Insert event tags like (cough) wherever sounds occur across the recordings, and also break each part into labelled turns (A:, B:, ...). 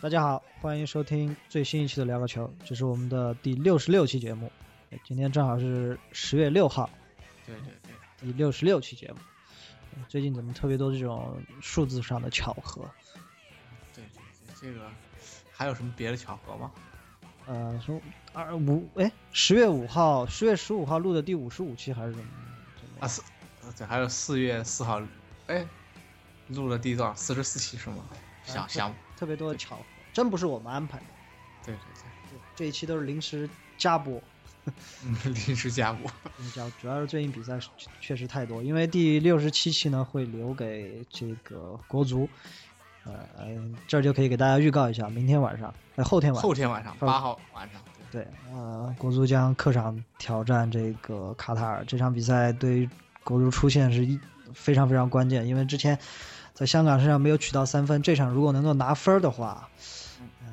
A: 大家好，欢迎收听最新一期的聊个球，这是我们的第六十六期节目。哎今天正好是十月六号，
B: 对对对，
A: 第六十六期节目。哎最近怎么特别多这种数字上的巧合？
B: 对对对，这个还有什么别的巧合吗？
A: 呃，说二五哎，十月五号，十月十五号录的第五十五期还是怎么？怎么
B: 啊四，对，还有四月四号，哎，录了第多少四十四期是吗？想想，
A: 特别多的巧合，真不是我们安排的，
B: 对对
A: 这一期都是临时加播。
B: 对，嗯， (laughs) 临时加我，
A: 嗯，主要主要是最近比赛是确实太多，因为第六十七期呢会留给这个国足，呃，呃这儿就可以给大家预告一下，明天晚上，呃，后天晚上
B: 后，天晚上
A: 后
B: 八号晚上，对
A: 对，呃，国足将客场挑战这个卡塔尔，这场比赛对于国足出线是一非常非常关键，因为之前在香港身上没有取到三分，这场如果能够拿分儿的话，呃，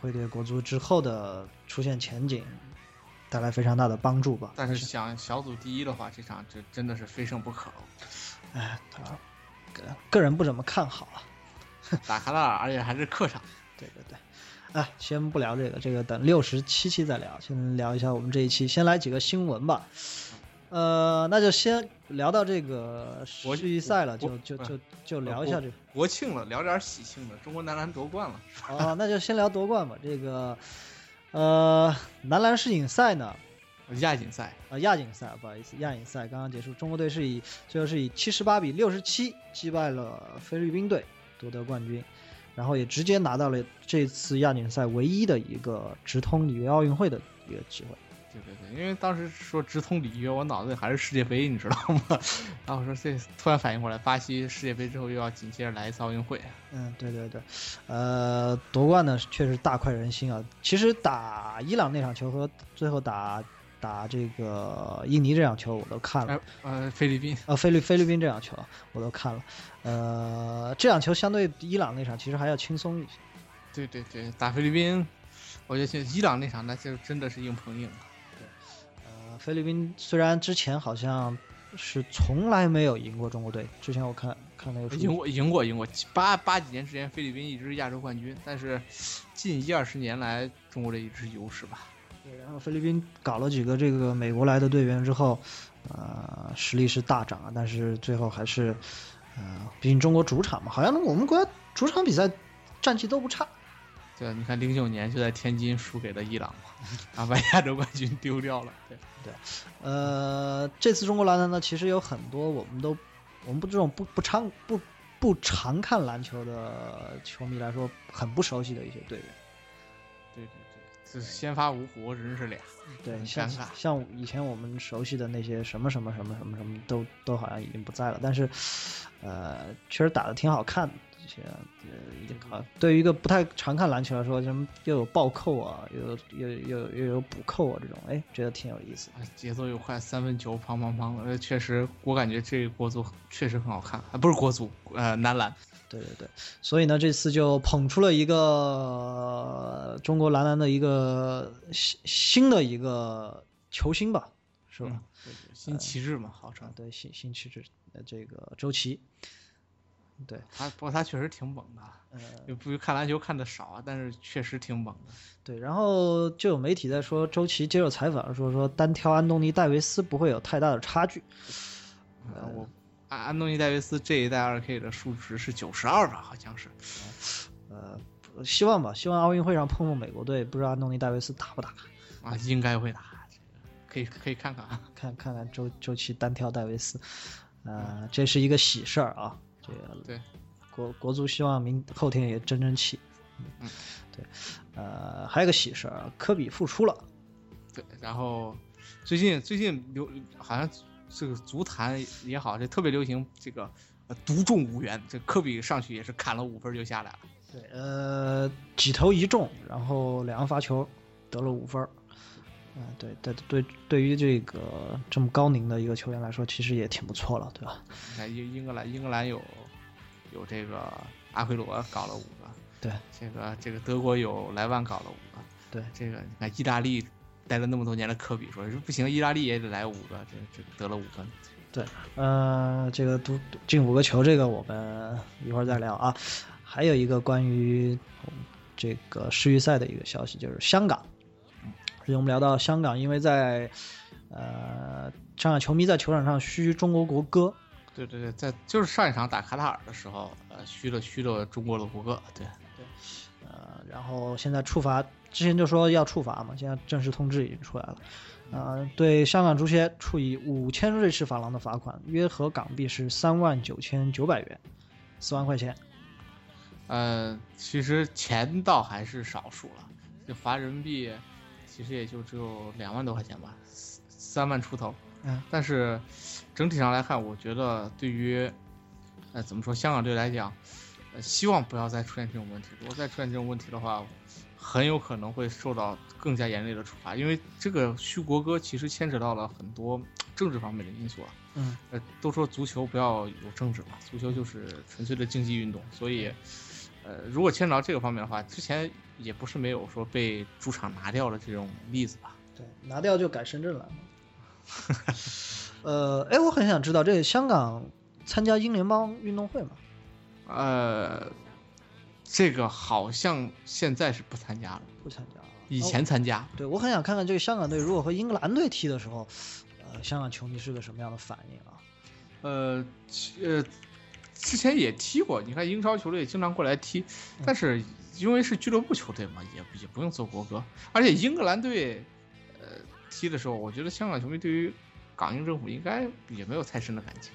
A: 会对国足之后的出线前景带来非常大的帮助吧。
B: 但是想小组第一的话，这场就真的是非胜不可。哦
A: 哎，他个个人不怎么看好啊。
B: 打卡塔尔，而且还是客场。
A: 对对对，哎，先不聊这个，这个等六十七期再聊。先聊一下我们这一期，先来几个新闻吧。呃，那就先聊到这个
B: 我
A: 世预赛了，
B: 我
A: 就就
B: 我
A: 就就聊一下这个。
B: 国庆了，聊点喜庆的，中国男篮夺冠了。
A: 哦，那就先聊夺冠吧。这个，呃，男篮世锦赛呢，
B: 亚锦赛，
A: 呃，亚锦赛，不好意思，亚锦赛刚刚结束，中国队是以最后是以七十八比六十七击败了菲律宾队，夺得冠军，然后也直接拿到了这次亚锦赛唯一的一个直通里约奥运会的一个机会。
B: 对对对，因为当时说直通里约，我脑子里还是世界杯，你知道吗？ (laughs) 然后我说这突然反应过来，巴西世界杯之后又要紧接着来一次奥运会，
A: 嗯，对对对，呃，夺冠呢确实大快人心啊。其实打伊朗那场球和最后打打这个印尼这场球我都看了，
B: 哎呃菲律宾，
A: 啊，菲律菲律宾这场球我都看了，呃，这场球相对伊朗那场其实还要轻松一些。
B: 对对对，打菲律宾，我觉得其实伊朗那场那就真的是硬碰硬了。
A: 呃，菲律宾虽然之前好像是从来没有赢过中国队，之前我看看那个数据
B: 赢过赢过赢过，八八几年之前菲律宾一直是亚洲冠军，但是近一二十年来中国这一直优势吧。
A: 对然后菲律宾搞了几个这个美国来的队员之后，呃，实力是大涨啊，但是最后还是，呃，毕竟中国主场嘛，好像我们国家主场比赛战绩都不差。
B: 对，你看零九年就在天津输给了伊朗嘛， (laughs) 啊，把亚洲冠军丢掉了。对，
A: 呃，这次中国男篮呢，其实有很多我们都我们不这种不不常不不常看篮球的球迷来说，很不熟悉的一些队员。
B: 对对对，就是先发五虎，真是俩。
A: 对，
B: 很
A: 像
B: 尴尬
A: 像以前我们熟悉的那些什么什么什么什么什么都都好像已经不在了，但是，呃，确实打的挺好看的。这些呃，已经好。
B: 嗯
A: 对于一个不太常看篮球来说，什么又有暴扣啊，又有又有又有又有补扣啊，这种，哎，觉得挺有意思。
B: 啊，节奏又快，三分球，砰砰砰！呃，确实，我感觉这个国足确实很好看啊，不是国足，呃，男篮。
A: 对对对，所以呢，这次就捧出了一个、呃中国男篮的一个新新的一个球星吧，是吧？
B: 嗯对对新旗帜嘛，号称
A: 啊，对，新新旗帜呃这个周琦，对，
B: 他，不过他确实挺猛的，
A: 呃，
B: 也不看篮球看的少啊，但是确实挺猛的。
A: 对，然后就有媒体在说，周琦接受采访说说单挑安东尼戴维斯不会有太大的差距，
B: 呃，我安安东尼戴维斯这一代二 K 的数值是九十二吧，好像是。
A: 呃，希望吧，希望奥运会上碰碰美国队，不知道安东尼戴维斯打不打，
B: 啊，应该会打，这个可以可以看看啊。
A: 看看看周周琦单挑戴维斯，呃，这是一个喜事儿啊，这个
B: 嗯对，
A: 国国足希望明后天也争争气。
B: 嗯，
A: 对，呃，还有个喜事儿，科比复出了。
B: 对，然后最近最近流好像这个足坛也好，这特别流行这个呃独中五元，这科比上去也是砍了五分就下来了。
A: 对，呃，几投一中，然后两个罚球，得了五分儿。嗯、对对对，对于这个这么高龄的一个球员来说，其实也挺不错了，对吧？
B: 你看英英格兰英格兰有有这个阿奎罗搞了五个，
A: 对
B: 这个这个德国有莱万搞了五个，
A: 对，
B: 这个你看意大利待了那么多年的科比说不行，意大利也得来五个，这这得了五个。
A: 对，呃，这个独进五个球，这个我们一会儿再聊啊。还有一个关于这个世预赛的一个消息，就是香港。之前我们聊到香港，因为在呃上海球迷在球场上嘘中国国歌，
B: 对对对，在就是上一场打卡塔尔的时候，呃，虚了虚了中国的国歌，对，
A: 呃，然后现在处罚，之前就说要处罚嘛，现在正式通知已经出来了，呃，对香港足协处以五千瑞士法郎的罚款，约合港币是三万九千九百元，四万块钱。
B: 呃，其实钱倒还是少数了，这罚人民币其实也就只有两万多块钱吧，三三万出头。
A: 嗯，
B: 但是整体上来看，我觉得对于呃怎么说香港队来讲，呃，希望不要再出现这种问题。如果再出现这种问题的话，很有可能会受到更加严厉的处罚，因为这个虚国歌其实牵扯到了很多政治方面的因素啊。
A: 嗯，
B: 呃，都说足球不要有政治嘛，足球就是纯粹的竞技运动，所以，呃，如果牵扯到这个方面的话，之前也不是没有说被主场拿掉的这种例子吧？
A: 对，拿掉就改深圳 (laughs) 来嘛。呃，哎，我很想知道这个香港参加英联邦运动会嘛？
B: 呃，这个好像现在是不参加了，
A: 不参加了。
B: 以
A: 哦
B: 前参加，
A: 对我很想看看这个香港队如果和英格兰队踢的时候，呃，香港球迷是个什么样的反应啊？
B: 呃，其呃，之前也踢过，你看英超球队经常过来踢，但是因为是俱乐部球队嘛，也也不用做国歌，而且英格兰队，呃，踢的时候，我觉得香港球迷对于港英政府应该也没有太深的感情。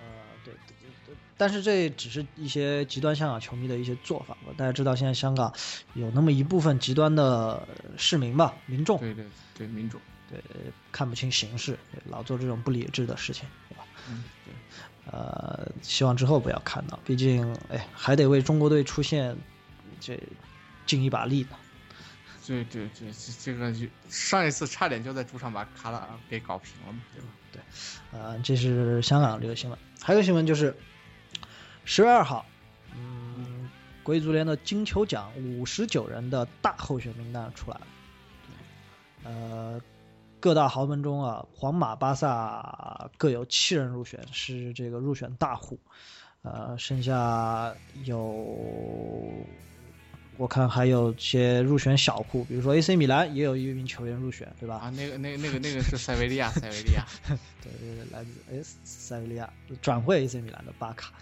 A: 呃，对对对对，但是这只是一些极端香港球迷的一些做法吧。大家知道现在香港有那么一部分极端的呃市民吧，民众
B: 对对对，民主，
A: 看不清形势，老做这种不理智的事情，对吧？
B: 嗯，对，
A: 呃，希望之后不要看到，毕竟哎，还得为中国队出现这尽一把力呢。
B: 对对对，这这个就上一次差点就在主场把卡塔尔给搞平了嘛，对吧？
A: 呃，这是香港这个新闻，还有一个新闻就是十月二号，嗯，国际足联的金球奖五十九人的大候选名单出来了。呃，各大豪门中啊，皇马、巴萨各有七人入选，是这个入选大户。呃，剩下有。我看还有些入选小户，比如说 AC 米兰也有一名球员入选，对吧？
B: 啊，那个那个那个那个是塞维利亚，塞维利亚，
A: 对对对，来自哎塞维利亚转会 AC 米兰的巴卡，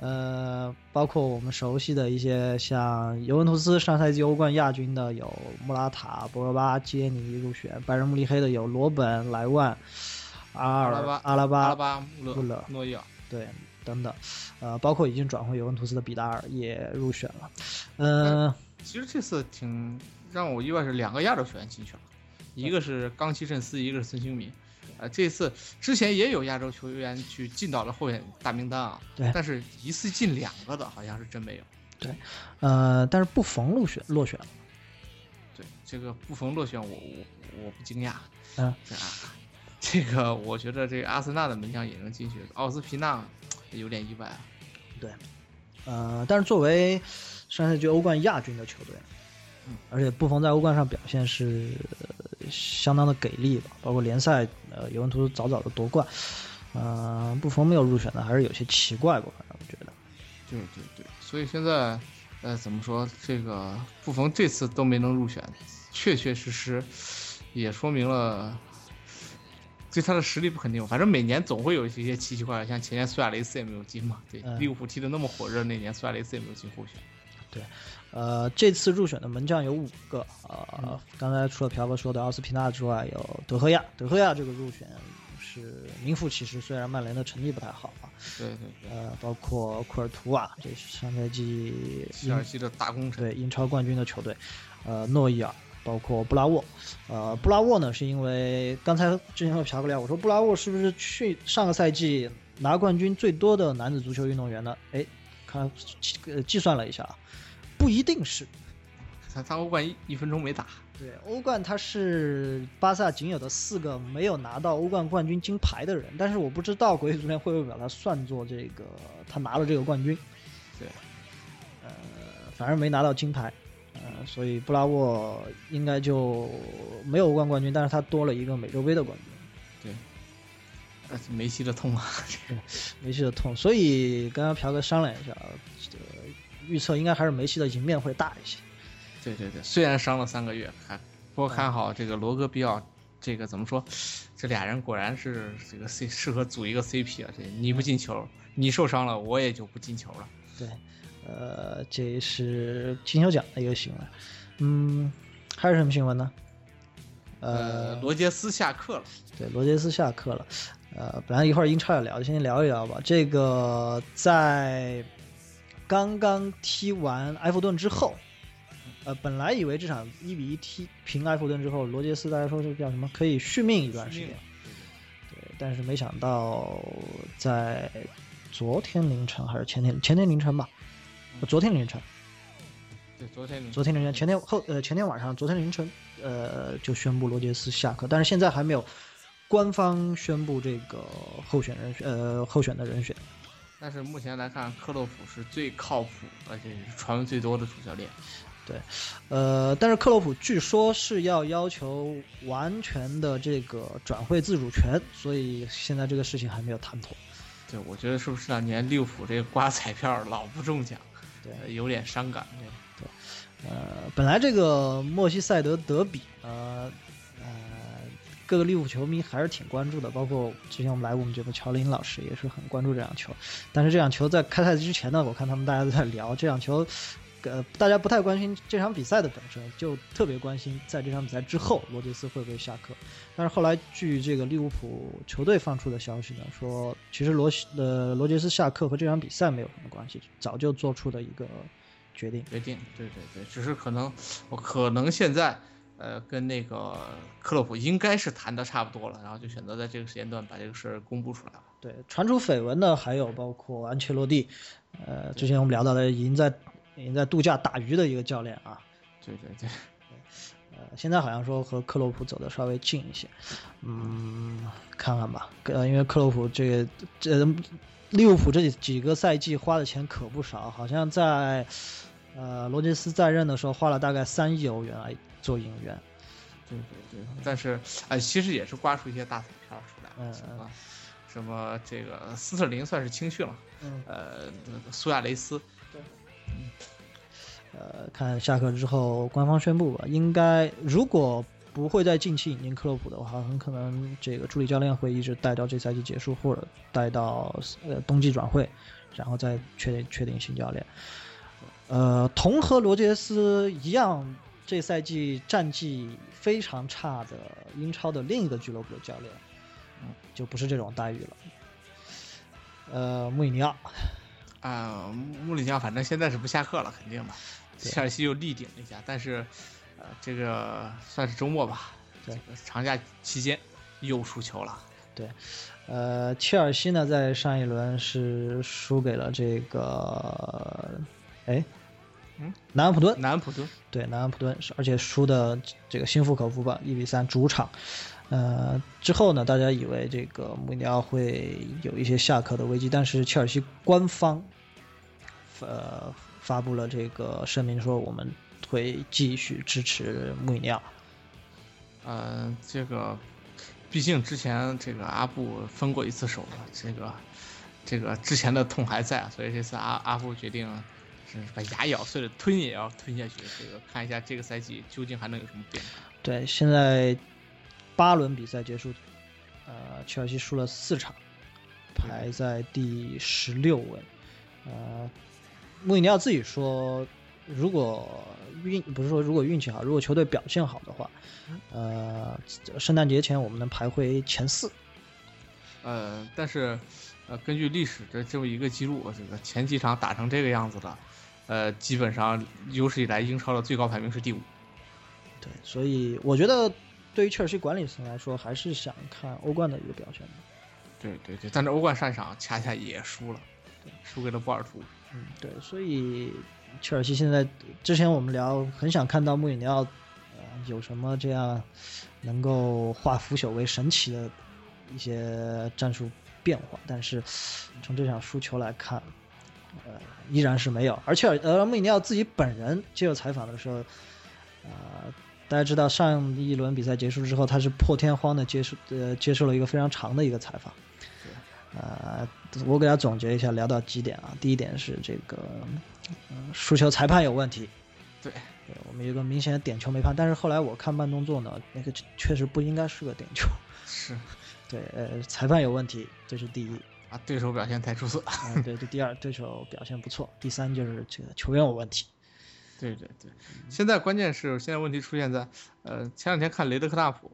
A: 呃，包括我们熟悉的一些像尤文图斯上赛季欧冠亚军的有穆拉塔、博格巴、基耶尼入选，拜仁慕尼黑的有罗本、莱万、阿尔
B: 阿拉巴
A: 阿拉巴、
B: 阿拉巴穆
A: 穆
B: 勒
A: 勒、
B: 诺伊尔，
A: 对等等，呃，包括已经转会尤文图斯的比达尔也入选了，嗯、
B: 其实这次挺让我意外是两个亚洲球员进去了，一个是冈崎慎司，一个是孙兴民。呃，这次之前也有亚洲球员去进到了后面大名单啊，
A: 对
B: 但是一次进两个的好像是真没有。
A: 呃，但是布冯入选落选了，
B: 对，这个布冯落选我我我不惊讶。
A: 嗯
B: 这啊， (laughs) 这个我觉得这个阿森纳的门将也能进去，奥斯皮纳有点意外啊。
A: 呃，但是作为上赛季欧冠亚军的球队，
B: 嗯，
A: 而且布冯在欧冠上表现是、呃相当的给力吧，包括联赛，呃，尤文图斯早早的夺冠，呃，布冯没有入选呢，还是有些奇怪吧，反正我觉得，
B: 对对对，所以现在，呃，怎么说？这个布冯这次都没能入选，确确实实也说明了对他的实力不肯定。反正每年总会有一些奇奇怪怪，像前年苏亚雷斯也没有进嘛。对，
A: 嗯
B: 利物浦踢得那么火热，那年苏亚雷斯也没有进候选。
A: 呃，这次入选的门将有五个，呃，
B: 嗯
A: 刚才除了朴哥说的奥斯皮纳之外，有德赫亚，德赫亚这个入选是名副其实，虽然曼联的成绩不太好啊，
B: 对对对，
A: 呃，包括库尔图瓦，这是上赛季
B: 切尔西的大功臣。
A: 对英超冠军的球队，呃，诺伊尔，包括布拉沃，呃，布拉沃呢是因为刚才之前和朴哥聊，我说布拉沃是不是去上个赛季拿冠军最多的男子足球运动员呢？哎，看计呃计算了一下啊，不一定是。
B: 他他欧冠一一分钟没打。
A: 对，欧冠他是巴萨仅有的四个没有拿到欧冠冠军金牌的人，但是我不知道国际足联会不会把他算作这个他拿了这个冠军。
B: 对，
A: 呃，反正没拿到金牌，呃，所以布拉沃应该就没有欧冠冠军，但是他多了一个美洲杯的冠军。
B: 呃，梅西的痛啊！
A: 梅西的痛，所以刚刚朴哥商量一下，呃，预测应该还是梅西的赢面会大一些。
B: 对对对，虽然伤了三个月，还不过看好这个罗格比奥，这个怎么说？这俩人果然是这个 C 适合组一个 CP 啊！这你不进球，你受伤了，我也就不进球了。
A: 对，呃，这是金球奖的一个新闻。嗯，还有什么新闻呢？
B: 呃，罗杰斯下课了。
A: 对，罗杰斯下课了。呃，本来一会儿英超也聊，先聊一聊吧。这个在刚刚踢完埃弗顿之后，呃，本来以为这场一比一踢平埃弗顿之后，罗杰斯大家说是叫什么，可以续命一段时间。对，但是没想到在昨天凌晨还是前天前天凌晨吧，呃昨天凌晨，
B: 对，昨天你
A: 昨天凌晨，前天后呃前天晚上，昨天凌晨呃就宣布罗杰斯下课，但是现在还没有官方宣布这个候选人选呃候选的人选。
B: 但是目前来看，克洛普是最靠谱，而且是传闻最多的主教练。
A: 呃，但是克洛普据说是要要求完全的这个转会自主权，所以现在这个事情还没有谈妥。
B: 对，我觉得是不是这两年利物浦这个刮彩票老不中奖，
A: 对
B: 呃有点伤感。对
A: 呃，本来这个莫西塞德德比，呃呃，各个利物浦球迷还是挺关注的，包括之前我们来我们节目乔林老师也是很关注这场球。但是这场球在开赛之前呢，我看他们大家都在聊这场球，呃，大家不太关心这场比赛的本身，就特别关心在这场比赛之后罗杰斯会不会下课。但是后来据这个利物浦球队放出的消息呢，说其实罗西呃罗杰斯下课和这场比赛没有什么关系，早就做出的一个决定。
B: 决定，对对对，只是可能我可能现在呃跟那个克洛普应该是谈的差不多了，然后就选择在这个时间段把这个事儿公布出来了。
A: 对，传出绯闻的还有包括安切洛蒂，呃，之前我们聊到的已经在已经在度假打鱼的一个教练啊，
B: 对对对，
A: 呃，现在好像说和克洛普走的稍微近一些，嗯，看看吧，呃，因为克洛普这个这利物浦这几几个赛季花的钱可不少，好像在呃罗杰斯在任的时候花了大概三亿欧元来做引援，
B: 对对对， (laughs) 但是哎、其实也是刮出一些大彩票出来，
A: 嗯
B: 什么什么这个斯特林算是青训了，
A: 嗯，
B: 呃，苏亚雷斯，
A: 呃，看下课之后官方宣布吧。应该如果不会在近期引进克洛普的话，很可能这个助理教练会一直带到这赛季结束，或者带到呃冬季转会，然后再确定确定新教练。呃，同和罗杰斯一样，这赛季战绩非常差的英超的另一个俱乐部的教练，嗯就不是这种待遇了。呃，穆里尼奥，
B: 啊、穆里尼奥反正现在是不下课了，肯定吧。
A: 对
B: 切尔西又力顶了一下，但是，呃，这个算是周末吧，
A: 对
B: 这个长假期间又输球了。
A: 呃，切尔西呢，在上一轮是输给了这个，哎，
B: 嗯，
A: 南安普顿，
B: 南安普顿，
A: 对，南安普顿，是而且输的这个心服口服吧，一比三主场。呃，之后呢，大家以为这个穆里尼奥会有一些下课的危机，但是切尔西官方，呃，发布了这个声明说我们会继续支持穆里尼奥。
B: 呃，这个，毕竟之前这个阿布分过一次手了，这个，这个之前的痛还在，啊所以这次阿阿布决定是把牙咬碎了吞也要吞下去。这个看一下这个赛季究竟还能有什么变化。
A: 对，现在八轮比赛结束，呃，切尔西输了四场，排在第十六位。呃，穆里尼奥自己说，如果运不是说如果运气好，如果球队表现好的话，呃，圣诞节前我们能排回前四。
B: 呃，但是，呃，根据历史的这么一个记录，这个前几场打成这个样子的，呃，基本上有史以来英超的最高排名是第五。
A: 对，所以我觉得对于切尔西管理层来说，还是想看欧冠的一个表现的。
B: 对对对，但是欧冠上一场恰恰也输了，输给了波尔图。
A: 嗯，对，所以切尔西现在之前我们聊，很想看到穆里尼奥，呃，有什么这样能够化腐朽为神奇的一些战术变化，但是从这场输球来看，呃，依然是没有。而切尔呃穆里尼奥自己本人接受采访的时候，呃。大家知道，上一轮比赛结束之后，他是破天荒的接受呃接受了一个非常长的一个采访，呃，我给大家呃总结一下，聊到几点啊？第一点是这个，嗯、输球裁判有问题，
B: 对
A: 对，我们有一个明显的点球没判，但是后来我看慢动作呢，那个确实不应该是个点球， (laughs)
B: 是
A: 对，呃，裁判有问题，这是第一，
B: (laughs) 啊，对手表现太出色。
A: 啊、对，这第二对手表现不错，第三就是这个球员有问题，
B: 对对对，嗯现在关键是现在问题出现在，呃，前两天看雷德克纳普，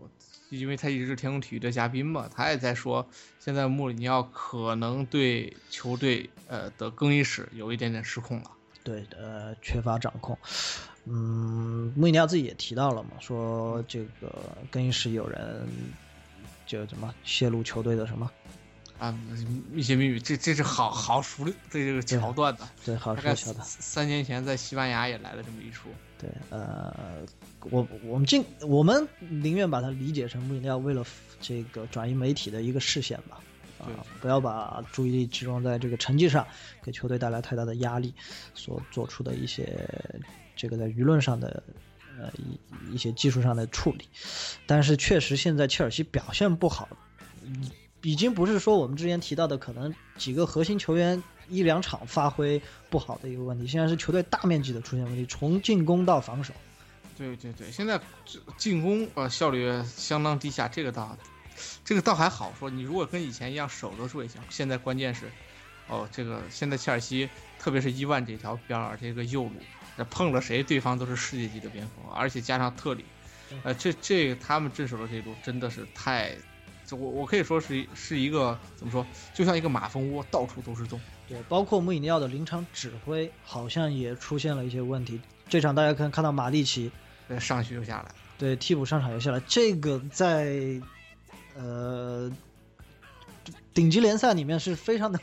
B: 因为他一直是天空体育的嘉宾嘛，他也在说，现在穆里尼奥可能对球队呃的更衣室有一点点失控了。
A: 对，呃，缺乏掌控。嗯，穆里尼奥自己也提到了嘛，说这个更衣室有人就什么泄露球队的什么，
B: 啊，一些谜语，这这是好好熟的这个桥段的，
A: 对，好
B: 大概
A: 说晓得
B: 三。三年前在西班牙也来了这么一出。
A: 对，呃，我我们尽我们宁愿把它理解成穆里尼奥为了这个转移媒体的一个视线吧，啊、
B: 对
A: 不要把注意力集中在这个成绩上，给球队带来太大的压力，所做出的一些这个在舆论上的呃一一些技术上的处理，但是确实现在切尔西表现不好，嗯已经不是说我们之前提到的可能几个核心球员一两场发挥不好的一个问题，现在是球队大面积的出现问题，从进攻到防守。
B: 对对对，现在这进攻呃效率相当低下，这个倒，这个倒还好说。你如果跟以前一样守得住也行，现在关键是，哦，这个现在切尔西，特别是伊万这条边儿这个右路，那碰了谁对方都是世界级的边锋，而且加上特里，呃，这这他们镇守的这一路真的是太，这我我可以说是一是一个怎么说，就像一个马蜂窝，到处都是洞。
A: 对，包括穆里尼奥的临场指挥好像也出现了一些问题。这场大家可能看到马蒂奇
B: 呃上去就下来，
A: 对替补上场又下来，这个在呃顶级联赛里面是非常能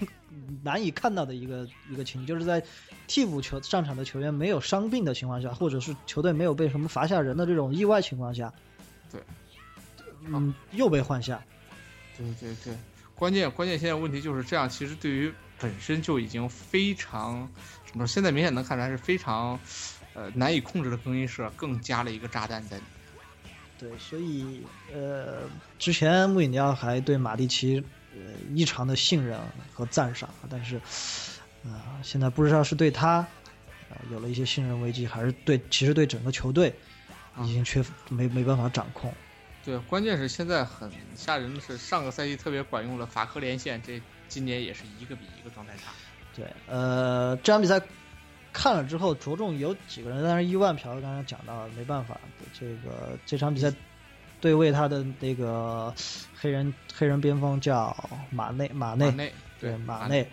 A: 难以看到的一个一个情景，就是在替补球上场的球员没有伤病的情况下，或者是球队没有被什么罚下人的这种意外情况下，
B: 对，
A: 嗯，又被换下。
B: 对对对，关键关键现在问题就是这样，其实对于本身就已经非常怎么说，现在明显能看出来是非常呃难以控制的更衣室，啊更加了一个炸弹在里面。
A: 对，所以呃，之前穆里尼奥还对马蒂奇呃异常的信任和赞赏，但是啊、现在不知道是对他呃有了一些信任危机，还是对其实对整个球队已经缺没没办法掌控。
B: 对，关键是现在很吓人的是，上个赛季特别管用的法科连线，这今年也是一个比一个状态差。
A: 对，呃，这场比赛看了之后，着重有几个人，但是伊万朴刚才讲到了，没办法，这个这场比赛对位他的那个黑人黑人边锋叫马内马内
B: 马。内对
A: 马内，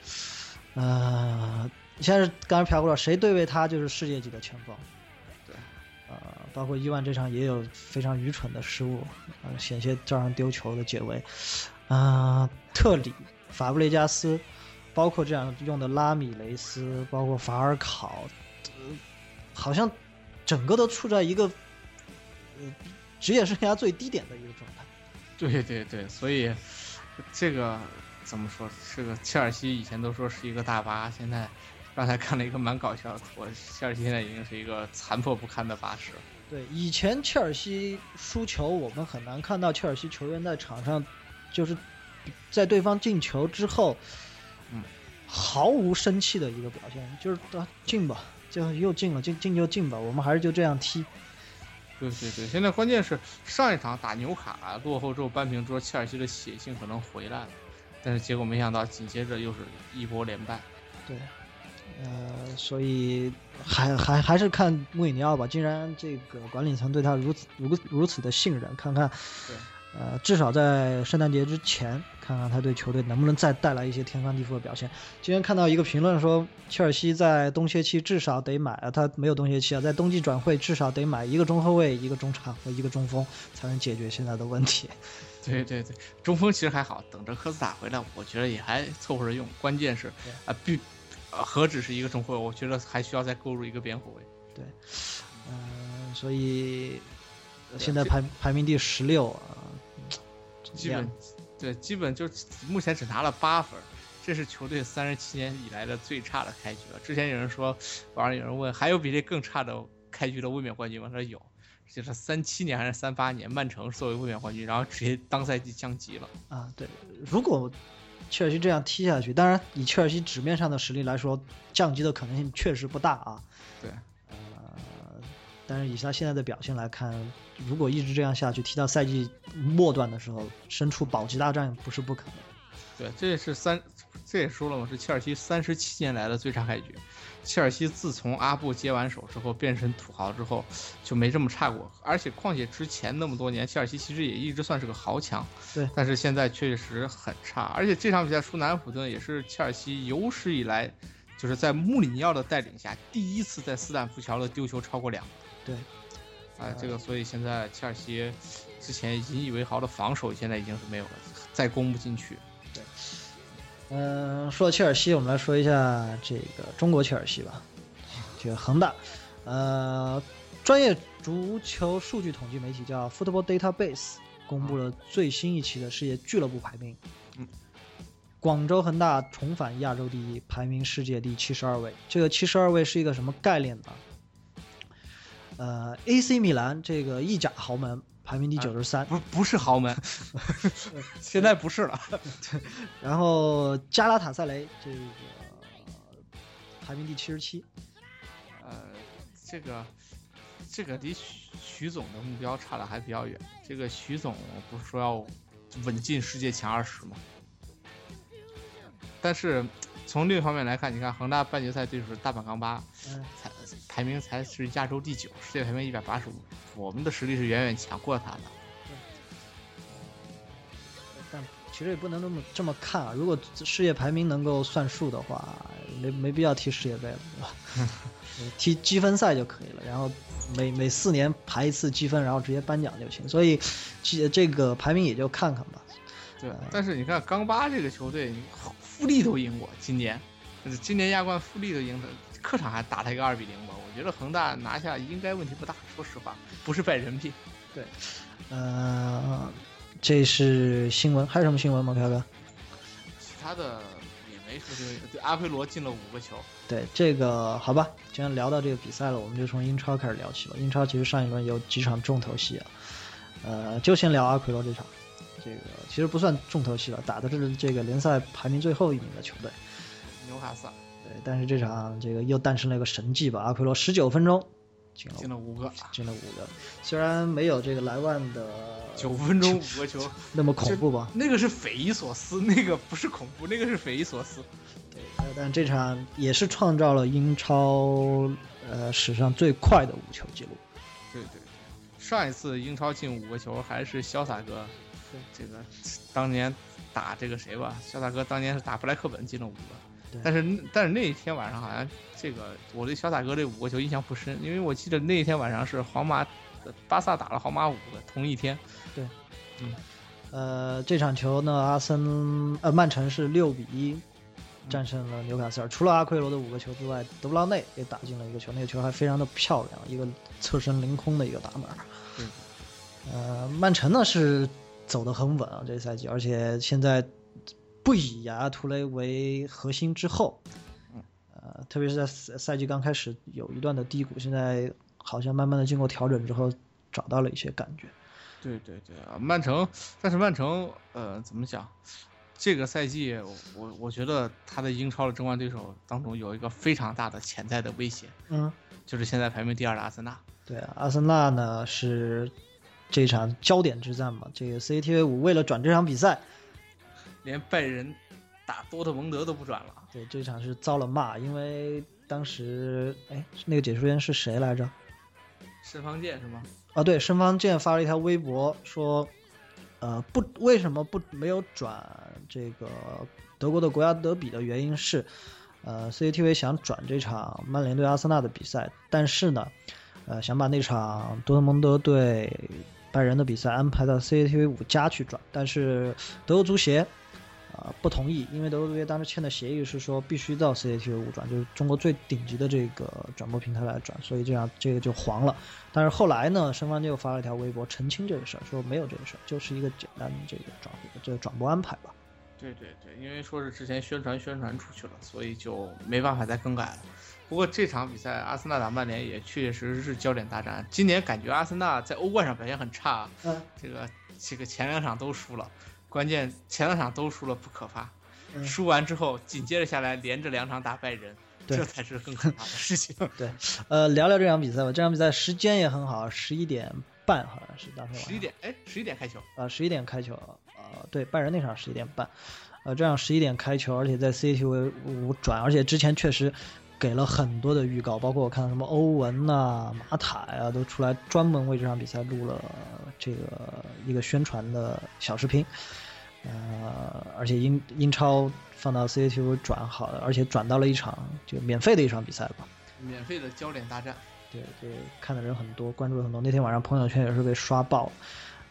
A: 呃，现在是刚才朴过了，谁对位他就是世界级的前锋。
B: 对，
A: 呃，包括伊万这场也有非常愚蠢的失误，呃，险些照样丢球的解围。啊、特里、法布雷加斯，包括这样用的拉米雷斯，包括法尔考，呃好像整个都处在一个呃职业生涯最低点的一个状态。
B: 对对对，所以这个怎么说？这个切尔西以前都说是一个大巴，现在刚才看了一个蛮搞笑的，我切尔西现在已经是一个残破不堪的巴士。
A: 对，以前切尔西输球，我们很难看到切尔西球员在场上，就是在对方进球之后，
B: 嗯，
A: 毫无生气的一个表现，就是啊进吧，就又进了，进进就进吧，我们还是就这样踢。
B: 对对对，现在关键是上一场打纽卡落后之后扳平之后，切尔西的血性可能回来了，但是结果没想到紧接着又是一波连败。
A: 对，呃，所以还还还是看穆里尼奥吧，既然这个管理层对他如此如如此的信任，看看
B: 对，
A: 呃，至少在圣诞节之前，看看他对球队能不能再带来一些天翻地覆的表现。今天看到一个评论说，切尔西在冬歇期至少得买，啊，他没有冬歇期啊，在冬季转会至少得买一个中后卫、一个中场和一个中锋，才能解决现在的问题。
B: 对对对，中锋其实还好，等着科斯塔回来，我觉得也还凑合着用。关键是
A: 对
B: 啊，必啊何止是一个中后卫，我觉得还需要再购入一个边后卫。
A: 嗯、所以呃
B: 对
A: 现在
B: 这
A: 排排名第十六啊，嗯
B: 基本对，基本就目前只拿了八分儿，这是球队三十七年以来的最差的开局了。之前有人说，网上有人问，还有比这更差的开局的卫冕冠军吗？他说有，就是三七年还是三八年，曼城作为卫冕冠军，然后直接当赛季降级了。
A: 啊，对，如果切尔西这样踢下去，当然以切尔西纸面上的实力来说，降级的可能性确实不大啊。
B: 对，
A: 呃，但是以他现在的表现来看，如果一直这样下去，踢到赛季末段的时候，身处保级大战不是不可能。
B: 对，这也是三，这也说了嘛，是切尔西三十七年来的最差开局。切尔西自从阿布接完手之后，变身土豪之后，就没这么差过。而且况且之前那么多年，切尔西其实也一直算是个豪强，
A: 对
B: 但是现在确实很差。而且这场比赛输南安普顿也是切尔西有史以来，就是在穆里尼奥的带领下，第一次在斯坦福桥的丢球超过两个。
A: 对，
B: 啊，这个所以现在切尔西之前引以为豪的防守，现在已经是没有了，再攻不进去。
A: 嗯，说到切尔西，我们来说一下这个中国切尔西吧，这个恒大，呃，专业足球数据统计媒体叫 Football Database 公布了最新一期的世界俱乐部排名，
B: 嗯，
A: 广州恒大重返亚洲第一，排名世界第七十二位。这个七十二位是一个什么概念呢？呃，AC 米兰这个意甲豪门排名第九十三，
B: 不不是豪 (laughs) 门，现在不是了。
A: 然后加拉塔塞雷这个排名第七十七，
B: 呃，这个这个离徐徐总的目标差的还比较远。这个徐总不是说要稳进世界前二十吗？但是从另一方面来看，你看恒大半决赛对手是大阪钢巴，
A: 嗯，
B: 才排名才是亚洲第九，世界排名一百八十五，我们的实力是远远强过他的。
A: 但其实也不能那么这么看啊。如果世界排名能够算数的话，没没必要踢世界杯了，对吧？踢积分赛就可以了，然后每每四年排一次积分，然后直接颁奖就行。所以，这这个排名也就看看吧。
B: 对，但是你看冈巴这个球队，富力都赢过，今年，呃今年亚冠富力都赢的，客场还打他一个二比零吧。我觉得恒大拿下应该问题不大，说实话，不是败人品。
A: 呃，这是新闻，还有什么新闻吗，凯哥？
B: 其他的也没说这个，对阿奎罗进了五个球，
A: 对这个，好吧，既然聊到这个比赛了，我们就从英超开始聊起吧。英超其实上一轮有几场重头戏啊，呃，就先聊阿奎罗这场，这个其实不算重头戏了，打的是这个联赛排名最后一名的球队，
B: 纽卡斯尔
A: 对，但是这场这个又诞生了一个神迹吧，阿奎罗十九分钟进了
B: 进了五个，
A: 进了五个，虽然没有这个莱万的
B: 九分钟五个球，
A: 那么恐怖吧，
B: 那个是匪夷所思，那个不是恐怖，那个是匪夷所思。
A: 呃但这场也是创造了英超呃史上最快的无球记录。
B: 对对对，上一次英超进五个球还是潇洒哥
A: 对，
B: 这个当年打这个谁吧，潇洒哥当年是打布莱克本进了五个
A: 对，
B: 但是那但是那一天晚上好像这个我对潇洒哥这五个球印象不深，因为我记得那一天晚上是皇马呃巴萨打了皇马五个，同一天。
A: 呃，这场球呢，阿森呃曼城是六比一战胜了纽卡斯尔。除了阿奎罗的五个球之外，德布劳内也打进了一个球，那个球还非常的漂亮，一个侧身凌空的一个打门儿。
B: 对
A: 呃，曼城呢是走得很稳啊，这赛季，而且现在不以雅亚图雷为核心之后，呃，特别是在赛赛季刚开始有一段的低谷，现在好像慢慢的经过调整之后，找到了一些感觉。
B: (laughs) 对对对啊，曼城，但是曼城，呃，怎么讲？这个赛季，我我我觉得他的英超的争冠对手当中有一个非常大的潜在的威胁，
A: 嗯，
B: 就是现在排名第二的阿森纳。
A: 对啊，阿森纳呢是这场焦点之战嘛，这个 CCTV 五为了转这场比赛，
B: 连拜仁打多特蒙德都不转了。
A: 对这场是遭了骂，因为当时哎那个解说员是谁来着？
B: 申方健是吗？
A: 啊，对，申方健发了一条微博说，呃，不，为什么不没有转这个德国的国家德比的原因是，呃，CCTV 想转这场曼联对阿森纳的比赛，但是呢，呃，想把那场多特蒙德对拜仁的比赛安排到 CCTV 五加去转，但是德国足协。呃，不同意，因为德国足协当时签的协议是说必须到 CCTV 五转，就是中国最顶级的这个转播平台来转，所以这样这个就黄了。但是后来呢，申方就发了一条微博澄清这个事儿，说没有这个事儿，就是一个简单的这个转这个转播安排吧。
B: 对对对，因为说是之前宣传宣传出去了，所以就没办法再更改了。不过这场比赛阿森纳打曼联也确实是焦点大战。今年感觉阿森纳在欧冠上表现很差，
A: 嗯，
B: 这个这个前两场都输了，关键前两场都输了不可怕，
A: 嗯
B: 输完之后紧接着下来连着两场打败人，
A: 对
B: 这才是更可怕的
A: (laughs)
B: 事情。
A: 呃，聊聊这场比赛吧。这场比赛时间也很好，十一点半好像是当天晚
B: 十一
A: 上，
B: 点，哎，十一点开球，
A: 啊，十一点开球，呃，对，拜仁那场十一点半，呃，这场十一点开球，而且在 CCTV 五转，而且之前确实给了很多的预告，包括我看到什么欧文呐、马塔呀、都出来专门为这场比赛录了这个一个宣传的小视频，呃，而且英英超放到 CCTV 转好了，而且转到了一场就免费的一场比赛吧。
B: 免费的焦点大战，
A: 对对，看的人很多，关注的很多。那天晚上朋友圈也是被刷爆了，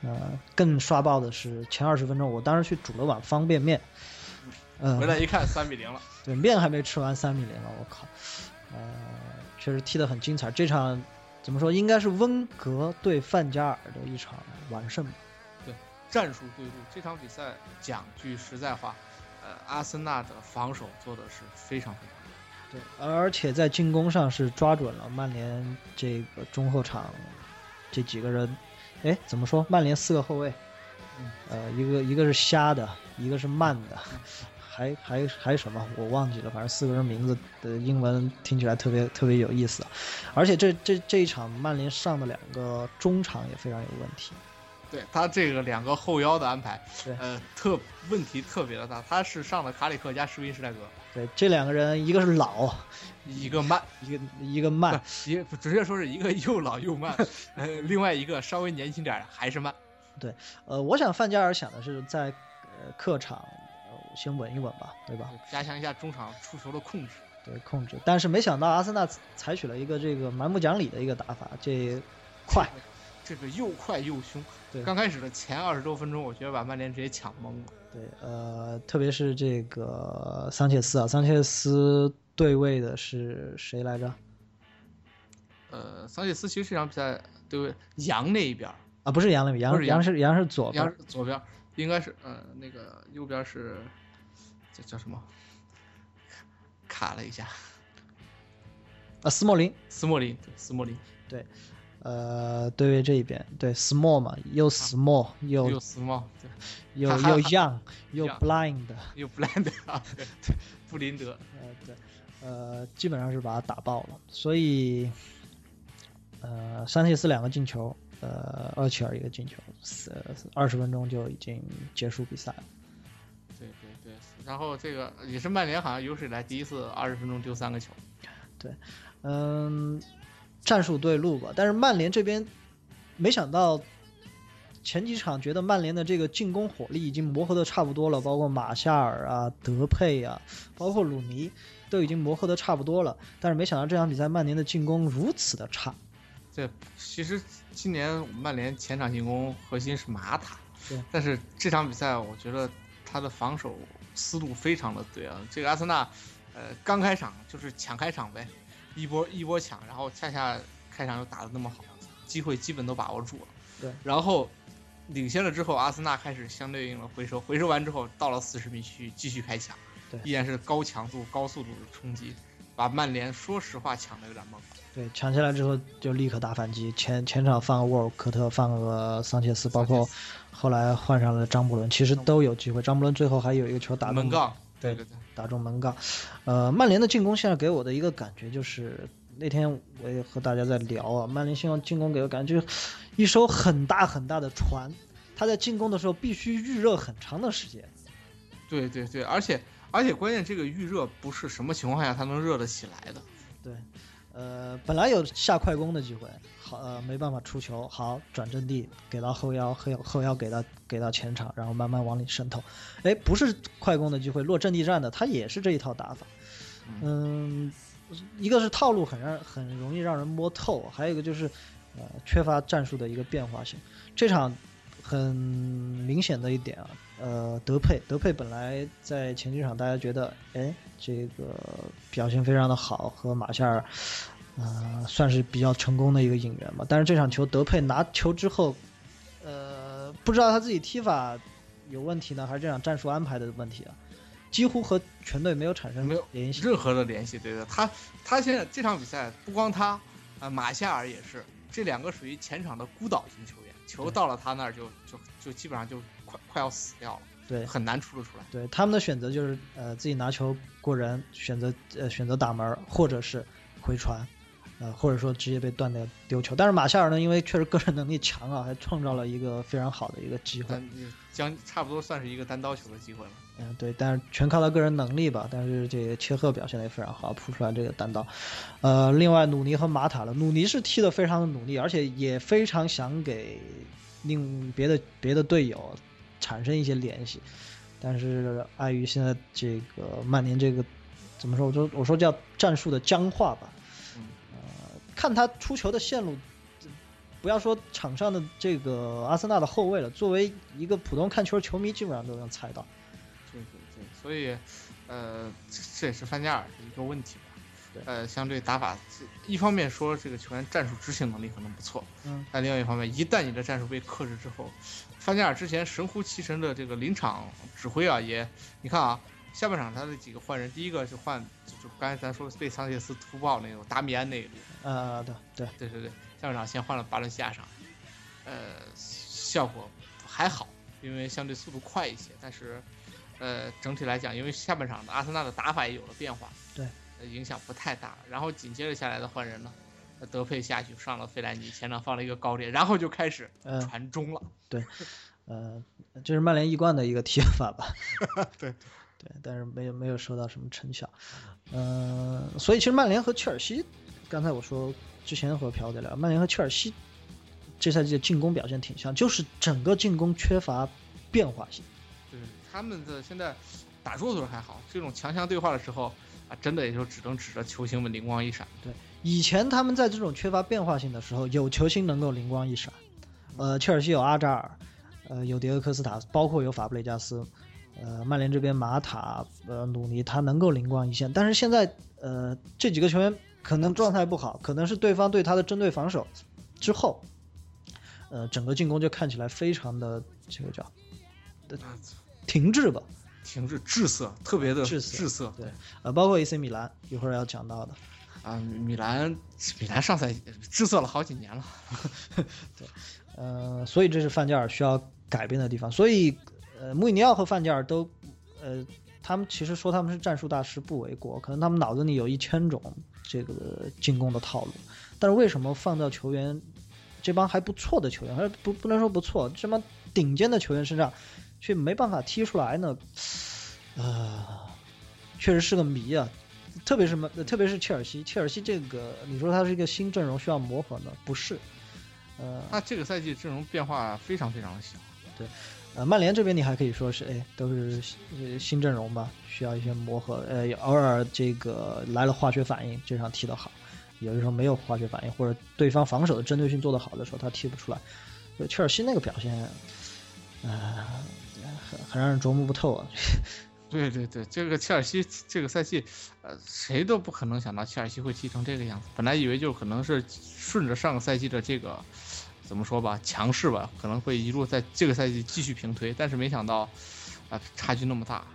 A: 呃，更刷爆的是前二十分钟，我当时去煮了碗方便面，嗯、
B: 回来一看三比零了，
A: 对面还没吃完，三比零了，我靠，呃，确实踢得很精彩。这场怎么说，应该是温格对范加尔的一场完胜吧。
B: 战术对路。这场比赛讲句实在话，呃，阿森纳的防守做的是非常非常好。
A: 对，而且在进攻上是抓准了曼联这个中后场这几个人，哎，怎么说？曼联四个后卫，
B: 嗯
A: 呃，一个一个是瞎的，一个是慢的，还还还什么？我忘记了，反正四个人名字的英文听起来特别特别有意思。啊而且这这这一场曼联上的两个中场也非常有问题，
B: 对他这个两个后腰的安排
A: 对，
B: 呃，特问题特别的大。他是上了卡里克加施宾施泰格，
A: 对，这两个人一个是老，
B: 一个慢，
A: 一个一个慢，
B: 一个准确说是一个又老又 (laughs) 慢，呃，另外一个稍微年轻点儿还是慢。
A: 呃，我想范加尔想的是在呃客场、呃、先稳一稳吧，对吧？
B: 加强一下中场出球的控制。
A: 对控制，但是没想到阿森纳采取了一个这个蛮不讲理的一个打法，这快，
B: 这个又快又凶。
A: 对
B: 刚开始的前二十多分钟，我觉得把曼联直接抢懵了。
A: 对，呃，特别是这个桑切斯啊，桑切斯对位的是谁来着？
B: 呃，桑切斯其实这场比赛对位杨那一边儿，
A: 啊，不是杨磊，
B: 不
A: 杨
B: 是杨
A: 杨是杨是左边
B: 杨，左边儿应该是呃那个右边是叫叫什么？卡了一下，
A: 啊，斯莫林，
B: 斯莫林，对斯莫林
A: 呃，对位这一边，对，small 嘛，又 small 又
B: 又斯莫，对，
A: 又
B: 哈哈
A: 又
B: 哈 (laughs)
A: young 又
B: young
A: blind，
B: 又布兰德，啊对，布林德，
A: 呃，对，呃，基本上是把他打爆了。所以，呃，桑切斯两个进球，呃，厄齐尔一个进球，四二十分钟就已经结束比赛了。
B: 对对对。然后这个也是曼联好像有史以来第一次二十分钟丢三个球，
A: 嗯，战术对路吧，但是曼联这边没想到。前几场觉得曼联的这个进攻火力已经磨合的差不多了，包括马夏尔啊、德佩啊，包括鲁尼，都已经磨合的差不多了。但是没想到这场比赛曼联的进攻如此的差，
B: 对，其实今年我们曼联前场进攻核心是马塔
A: 对，
B: 但是这场比赛我觉得他的防守思路非常的对啊。这个阿森纳，呃，刚开场就是抢开场呗，一波一波抢，然后恰恰开场又打得那么好，机会基本都把握住了。
A: 对，
B: 然后领先了之后，阿森纳开始相对应的回收，回收完之后到了四十米区继续开抢，
A: 对
B: 依然是高强度、高速度的冲击，把曼联说实话抢的有点懵。
A: 对，抢下来之后就立刻打反击，前前场放个沃尔科特，放个桑切斯，包括后来换上了张伯伦，其实都有机会。张伯伦最后还有一个球打
B: 门
A: 中
B: 杠，
A: 对
B: 对对。
A: 打中门杠。呃，曼联的进攻现在给我的一个感觉就是，那天我也和大家在聊啊，曼联现在进攻给我感觉就是一艘很大很大的船，他在进攻的时候必须预热很长的时间。
B: 对对对，而且而且关键这个预热不是什么情况下它能热得起来的。
A: 对，呃，本来有下快攻的机会，好，呃，没办法出球，好，转阵地给到后腰，后腰后腰给到给到前场，然后慢慢往里渗透。哎，不是快攻的机会，落阵地战的，他也是这一套打法。嗯，一个是套路很让很容易让人摸透，还有一个就是，呃，缺乏战术的一个变化性。这场很明显的一点啊，呃，德佩，德佩本来在前几场大家觉得，哎，这个表现非常的好，和马夏尔，呃，算是比较成功的一个引援吧。但是这场球，德佩拿球之后，呃，不知道他自己踢法有问题呢，还是这场战术安排的问题啊，几乎和全队没有产生
B: 没有
A: 联系。
B: 任何的联系，对的，他他现在这场比赛不光他，啊、马夏尔也是，这两个属于前场的孤岛型球员，球
A: 对
B: 到了他那儿就就就基本上就快快要死掉了。
A: 对
B: 很难出得出来。
A: 对他们的选择就是呃自己拿球过人，选择呃选择打门儿或者是回传，呃或者说直接被断掉丢球。但是马夏尔呢，因为确实个人能力强啊，还创造了一个非常好的一个机会。
B: 但你将差不多算是一个单刀球的机会了。
A: 嗯，对，但是全靠他个人能力吧。但是这个切赫表现的也非常好，扑出来这个单刀。呃，另外努尼和马塔了，努尼是踢得非常的努力，而且也非常想给另别的别的队友产生一些联系，但是碍于现在这个曼联这个怎么说，我说我说叫战术的僵化吧。
B: 嗯
A: 呃，看他出球的线路，不要说场上的这个阿森纳的后卫了，作为一个普通看球的球迷，基本上都能猜到。
B: 对对对，所以，呃，这这也是范加尔的一个问题吧。
A: 对
B: 呃，相对打法，这一方面说这个球员战术执行能力可能不错，
A: 嗯，
B: 但另外一方面，一旦你的战术被克制之后，范加尔之前神乎其神的这个临场指挥啊，也你看啊，下半场他的几个换人，第一个是换就就刚才咱说被桑切斯突爆那种达米安那个，
A: 呃，对对，
B: 对对对，下半场先换了巴伦西亚上，呃，效果还好，因为相对速度快一些，但是，呃，整体来讲，因为下半场的阿森纳的打法也有了变化，
A: 对
B: 呃，影响不太大。然后紧接着下来的换人了，呃德佩下去上了费莱尼，前场放了一个高点，然后就开始
A: 嗯
B: 传中了。
A: 呃，这是曼联一贯的一个踢法吧？
B: 对
A: 对，但是没有没有收到什么成效。呃，所以其实曼联和切尔西，刚才我说之前和朴在聊，曼联和切尔西这赛季的进攻表现挺像，就是整个进攻缺乏变化性。
B: 对，他们的现在打弱队还好，这种强强对话的时候啊，真的也就只能指着球星们灵光一闪。
A: 以前他们在这种缺乏变化性的时候，有球星能够灵光一闪。呃，切尔西有阿扎尔，呃，有迭戈科斯塔，包括有法布雷加斯，呃，曼联这边马塔、呃，鲁尼，他能够灵光一现。但是现在，呃，这几个球员可能状态不好，可能是对方对他的针对防守之后，呃，整个进攻就看起来非常的这个叫呃
B: 啊
A: 停滞吧。
B: 停滞滞涩，特别的
A: 滞涩
B: 滞涩。
A: 呃，包括 AC 米兰，一会儿要讲到的。
B: 啊，米兰， (laughs) 米兰上赛季滞涩了好几年了。
A: 呃，所以这是范加尔需要改变的地方。所以，呃，穆里尼奥和范加尔都，呃，他们其实说他们是战术大师不为过，可能他们脑子里有一千种这个进攻的套路，但是为什么放到球员这帮还不错的球员，还是不不能说不错，这帮顶尖的球员身上却没办法踢出来呢？呃，确实是个谜啊。特别是什么，特别是切尔西，切尔西这个，你说它是一个新阵容需要磨合呢？不是，呃，
B: 那这个赛季阵容变化非常非常的小。
A: 呃，曼联这边你还可以说是，哎，都是新呃新阵容吧，需要一些磨合，呃，偶尔这个来了化学反应，这场踢得好；有的时候没有化学反应，或者对方防守的针对性做得好的时候，他踢不出来。就切尔西那个表现，呃，很很让人琢磨不透啊。
B: 对对对，这个切尔西这个赛季，呃，谁都不可能想到切尔西会踢成这个样子。本来以为就可能是顺着上个赛季的这个怎么说吧，强势吧，可能会一路在这个赛季继续平推，但是没想到啊、差距那么大。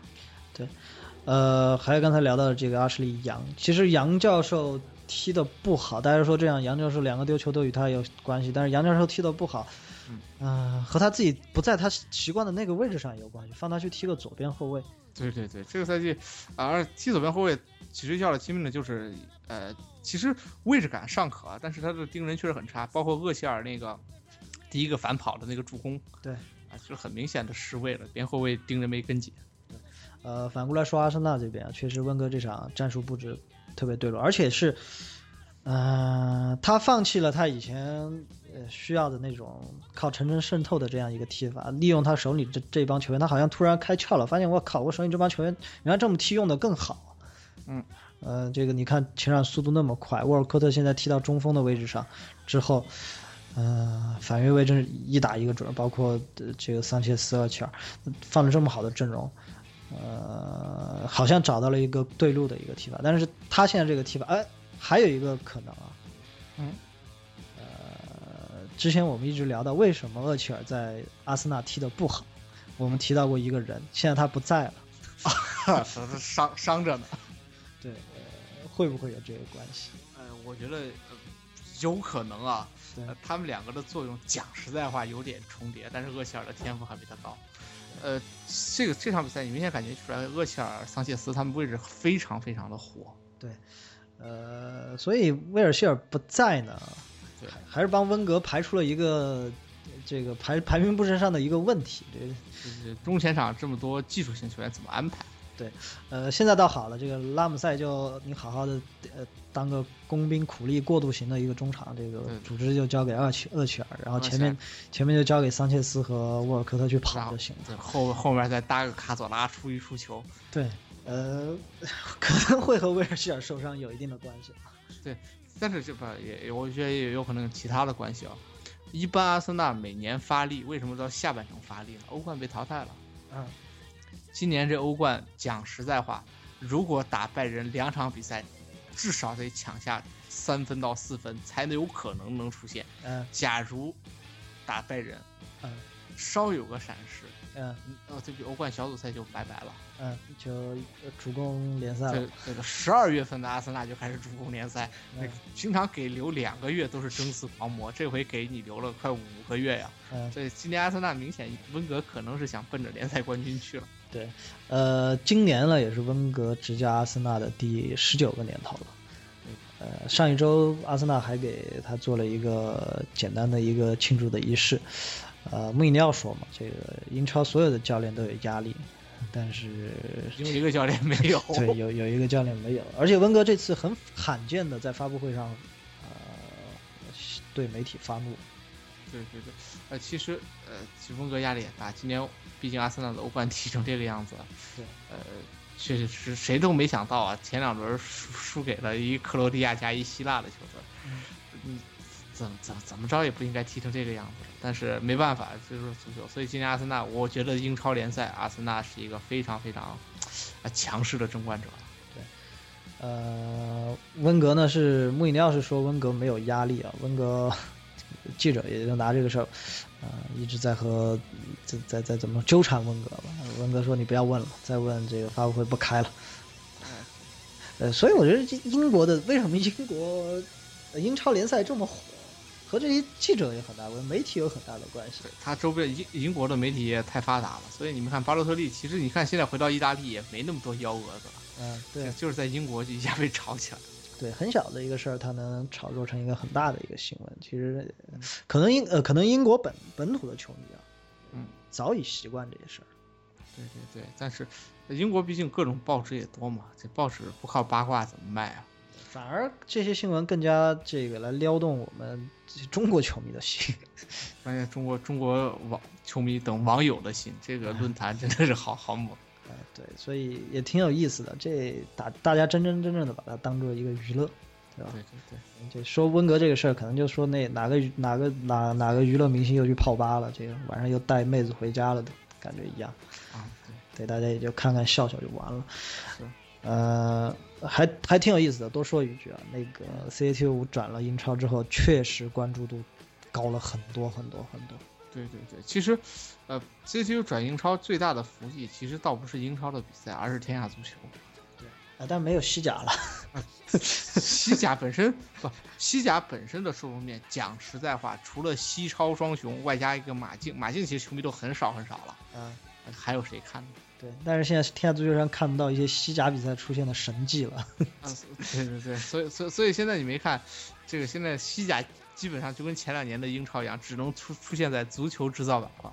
A: 呃，还有刚才聊到的这个阿什利杨，其实杨教授踢得不好，大家说这样杨教授两个丢球都与他有关系，但是杨教授踢得不好，
B: 嗯
A: 嗯、和他自己不在他习惯的那个位置上有关系，放他去踢个左边后卫，
B: 对对对，这个赛季啊，而踢左边后卫其实要了亲命的就是呃，其实位置感尚可，啊但是他的盯人确实很差，包括厄齐尔那个第一个反跑的那个助攻，
A: 对
B: 啊，就是很明显的失位了，边后卫盯人没跟紧。
A: 呃，反过来说，阿森纳这边啊，确实温哥这场战术布置特别对路，而且是，呃，他放弃了他以前呃需要的那种靠沉沉渗透的这样一个踢法，利用他手里这这帮球员，他好像突然开窍了，发现我靠，我手里这帮球员原来这么踢用的更好。
B: 嗯，
A: 呃，这个你看前场速度那么快，沃尔科特现在踢到中锋的位置上之后。呃，反越位真是一打一个准，包括、呃、这个桑切斯、厄齐尔，放了这么好的阵容，呃，好像找到了一个对路的一个踢法，但是他现在这个踢法，哎，还有一个可能啊，
B: 嗯，
A: 呃，之前我们一直聊到为什么厄齐尔在阿森纳踢得不好，我们提到过一个人，现在他不在了，
B: 伤伤着呢。
A: 对，呃、会不会有这个关系？
B: 呃，我觉得、呃、有可能啊、
A: 对
B: 呃他们两个的作用讲实在话有点重叠，但是厄齐尔的天赋还比他高。呃，这个这场比赛你明显感觉出来，厄齐尔、桑切斯他们位置非常非常的火。
A: 呃，所以威尔希尔不在呢，
B: 对，
A: 还是帮温格排除了一个这个排排名不身上的一个问题。这个
B: 就是中前场这么多技术型球员怎么安排？
A: 呃，现在倒好了，这个拉姆塞就你好好的呃当个工兵苦力过渡型的一个中场，这个
B: 对
A: 组织就交给厄齐厄齐尔，然后前面
B: 厄
A: 前面就交给桑切斯和沃尔科特去
B: 然
A: 跑
B: 后
A: 就行了。
B: 对后后面再搭个卡佐拉出一出球，
A: 对，呃， (laughs) 可能会和威尔希尔受伤有一定的关系。啊
B: 但是这不也也我觉得也有可能有其他的关系啊。一般阿森纳每年发力，为什么到下半程发力呢？欧冠被淘汰了。
A: 嗯，
B: 今年这欧冠讲实在话，如果打败人两场比赛，至少得抢下三分到四分，才能有可能能出现。
A: 嗯
B: 假如打败人，
A: 嗯，
B: 稍有个闪失，
A: 嗯
B: 嗯呃，对不起，欧冠小组赛就拜拜了。
A: 嗯，就呃主攻联赛了
B: 这。这个十二月份的阿森纳就开始主攻联赛，
A: 嗯
B: 那个平常给留两个月都是争四狂魔，这回给你留了快五个月呀。
A: 嗯，
B: 所以今年阿森纳明显温格可能是想奔着联赛冠军去了。
A: 呃，今年呢也是温格执教阿森纳的第十九个年头了。呃，上一周阿森纳还给他做了一个简单的一个庆祝的仪式。呃，穆里尼奥说嘛，这个英超所有的教练都有压力，但是
B: 因为一个教练没有，
A: 对有有一个教练没有，而且温格这次很罕见的在发布会上，呃，对媒体发怒。
B: 对对对，呃，其实呃，其实温格压力也大。今年毕竟阿森纳的欧冠踢成这个样子，
A: 对，
B: 呃，确实是谁都没想到啊，前两轮输输给了一克罗地亚加一希腊的球队，嗯，怎怎怎么着也不应该踢成这个样子。但是没办法，这就是足球。所以今年阿森纳，我觉得英超联赛阿森纳是一个非常非常啊强势的争冠者。
A: 呃，温格呢是穆里尼奥是说温格没有压力啊，温格 (laughs) 记者也就拿这个事儿，呃，一直在和在在在怎么纠缠温格吧。温格说你不要问了，再问这个发布会不开了。呃，所以我觉得这英国的为什么英国、呃英超联赛这么火，和这些记者有很大关系，媒体有很大的关系。
B: 对他周边英英国的媒体也太发达了，所以你们看巴洛特利，其实你看现在回到意大利也没那么多幺蛾子了。
A: 嗯、对
B: 对，就是在英国就一下被炒起来。
A: 对，很小的一个事儿，它能炒作成一个很大的一个新闻。其实，可能英呃，可能英国本本土的球迷啊，
B: 嗯，
A: 早已习惯这些事儿。
B: 对对对，但是英国毕竟各种报纸也多嘛，这报纸不靠八卦怎么卖啊？
A: 反而这些新闻更加这个来撩动我们这些中国球迷的心。 (laughs)
B: 关键中国中国网球迷等网友的心，这个论坛真的是好好猛。
A: 啊、对，所以也挺有意思的。这大大家真真正正的把它当做一个娱乐，对吧？
B: (laughs) 对对对，
A: 这说温格这个事儿，可能就说那哪个娱哪个哪哪个娱乐明星又去泡吧了，这个晚上又带妹子回家了的感觉一样。
B: 啊
A: 对，
B: 对，
A: 大家也就看看笑笑就完了
B: 是。
A: 呃，还还挺有意思的。多说一句啊，那个 CAT 五转了英超之后，确实关注度高了很多很多很多。
B: 对对对，其实，呃，CCU 转英超最大的福利，其实倒不是英超的比赛，而是天下足球。 (laughs)
A: 啊，但没有西甲了。
B: 西甲本身不，西甲本身的受众面，讲实在话，除了西超双雄，外加一个马竞，马竞其实球迷都很少很少了，
A: 啊，
B: 还有谁看呢？
A: 对。但是现在天下足球上看不到一些西甲比赛出现的神迹了。
B: 啊，对对对，所以所以所以现在你没看，这个现在西甲基本上就跟前两年的英超一样，只能出出现在足球制造板块。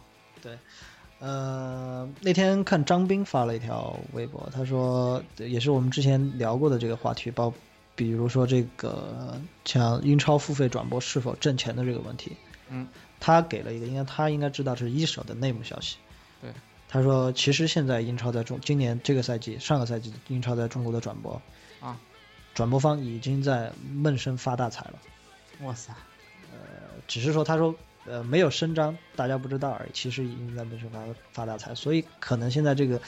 A: 呃，那天看张斌发了一条微博，他说也是我们之前聊过的这个话题，包比如说这个像英超付费转播是否挣钱的这个问题。
B: 嗯，
A: 他给了一个，应该他应该知道这是一手的内幕消息。
B: 对，
A: 他说其实现在英超在中，今年这个赛季、上个赛季英超在中国的转播
B: 啊，
A: 转播方已经在闷声发大财了，
B: 哇塞，
A: 只是说他说呃没有声张，大家不知道而已。其实已经在奔驰发发大财，所以可能现在这个，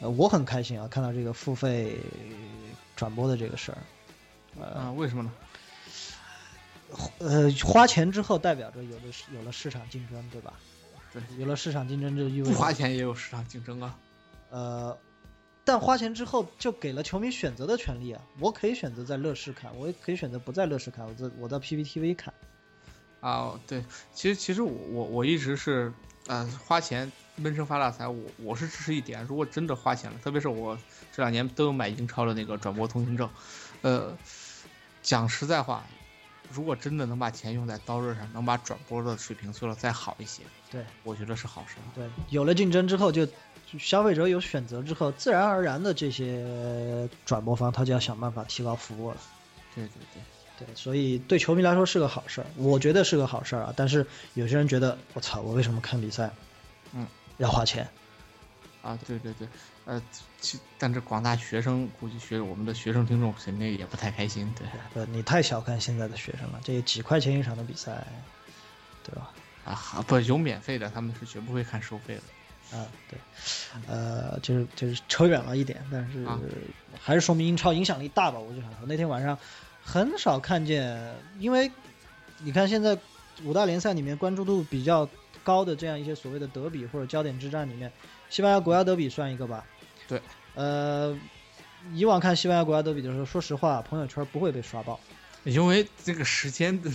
A: 呃，我很开心啊，看到这个付费转播的这个事儿。
B: 嗯、为什么呢？
A: 呃，花钱之后代表着有了市有了市场竞争，对吧？
B: 对，
A: 有了市场竞争就意味
B: 不
A: 着
B: 花钱也有市场竞争啊。
A: 呃，但花钱之后就给了球迷选择的权利啊！我可以选择在乐视看，我也可以选择不在乐视看，我在我到 PPTV 看。
B: 哦啊，对，其实其实我我我一直是，呃，花钱闷声发大财，我我是支持一点。如果真的花钱了，特别是我这两年都有买英超的那个转播通行证，呃，讲实在话，如果真的能把钱用在刀刃上，能把转播的水平做得再好一些，
A: 对
B: 我觉得是好事儿。
A: 对，有了竞争之后就，就消费者有选择之后，自然而然的这些转播方他就要想办法提高服务了。
B: 对对对，
A: 对，所以对球迷来说是个好事儿，我觉得是个好事儿啊。但是有些人觉得，我操，我为什么看比赛？
B: 嗯，
A: 要花钱。
B: 啊，对对对，呃，其但是广大学生估计学我们的学生听众肯定也不太开心，对
A: 对你太小看现在的学生了，这几块钱一场的比赛，对吧？
B: 啊，好不有免费的，他们是绝不会看收费的。
A: 啊，对，呃，就是就是扯远了一点，但是
B: 啊
A: 还是说明英超影响力大吧。我就想说，那天晚上很少看见，因为你看现在五大联赛里面关注度比较高的这样一些所谓的德比或者焦点之战里面，西班牙国家德比算一个吧。
B: 对，
A: 呃，以往看西班牙国家德比的时候，说实话，朋友圈不会被刷爆，
B: 因为这个时间 (laughs) 的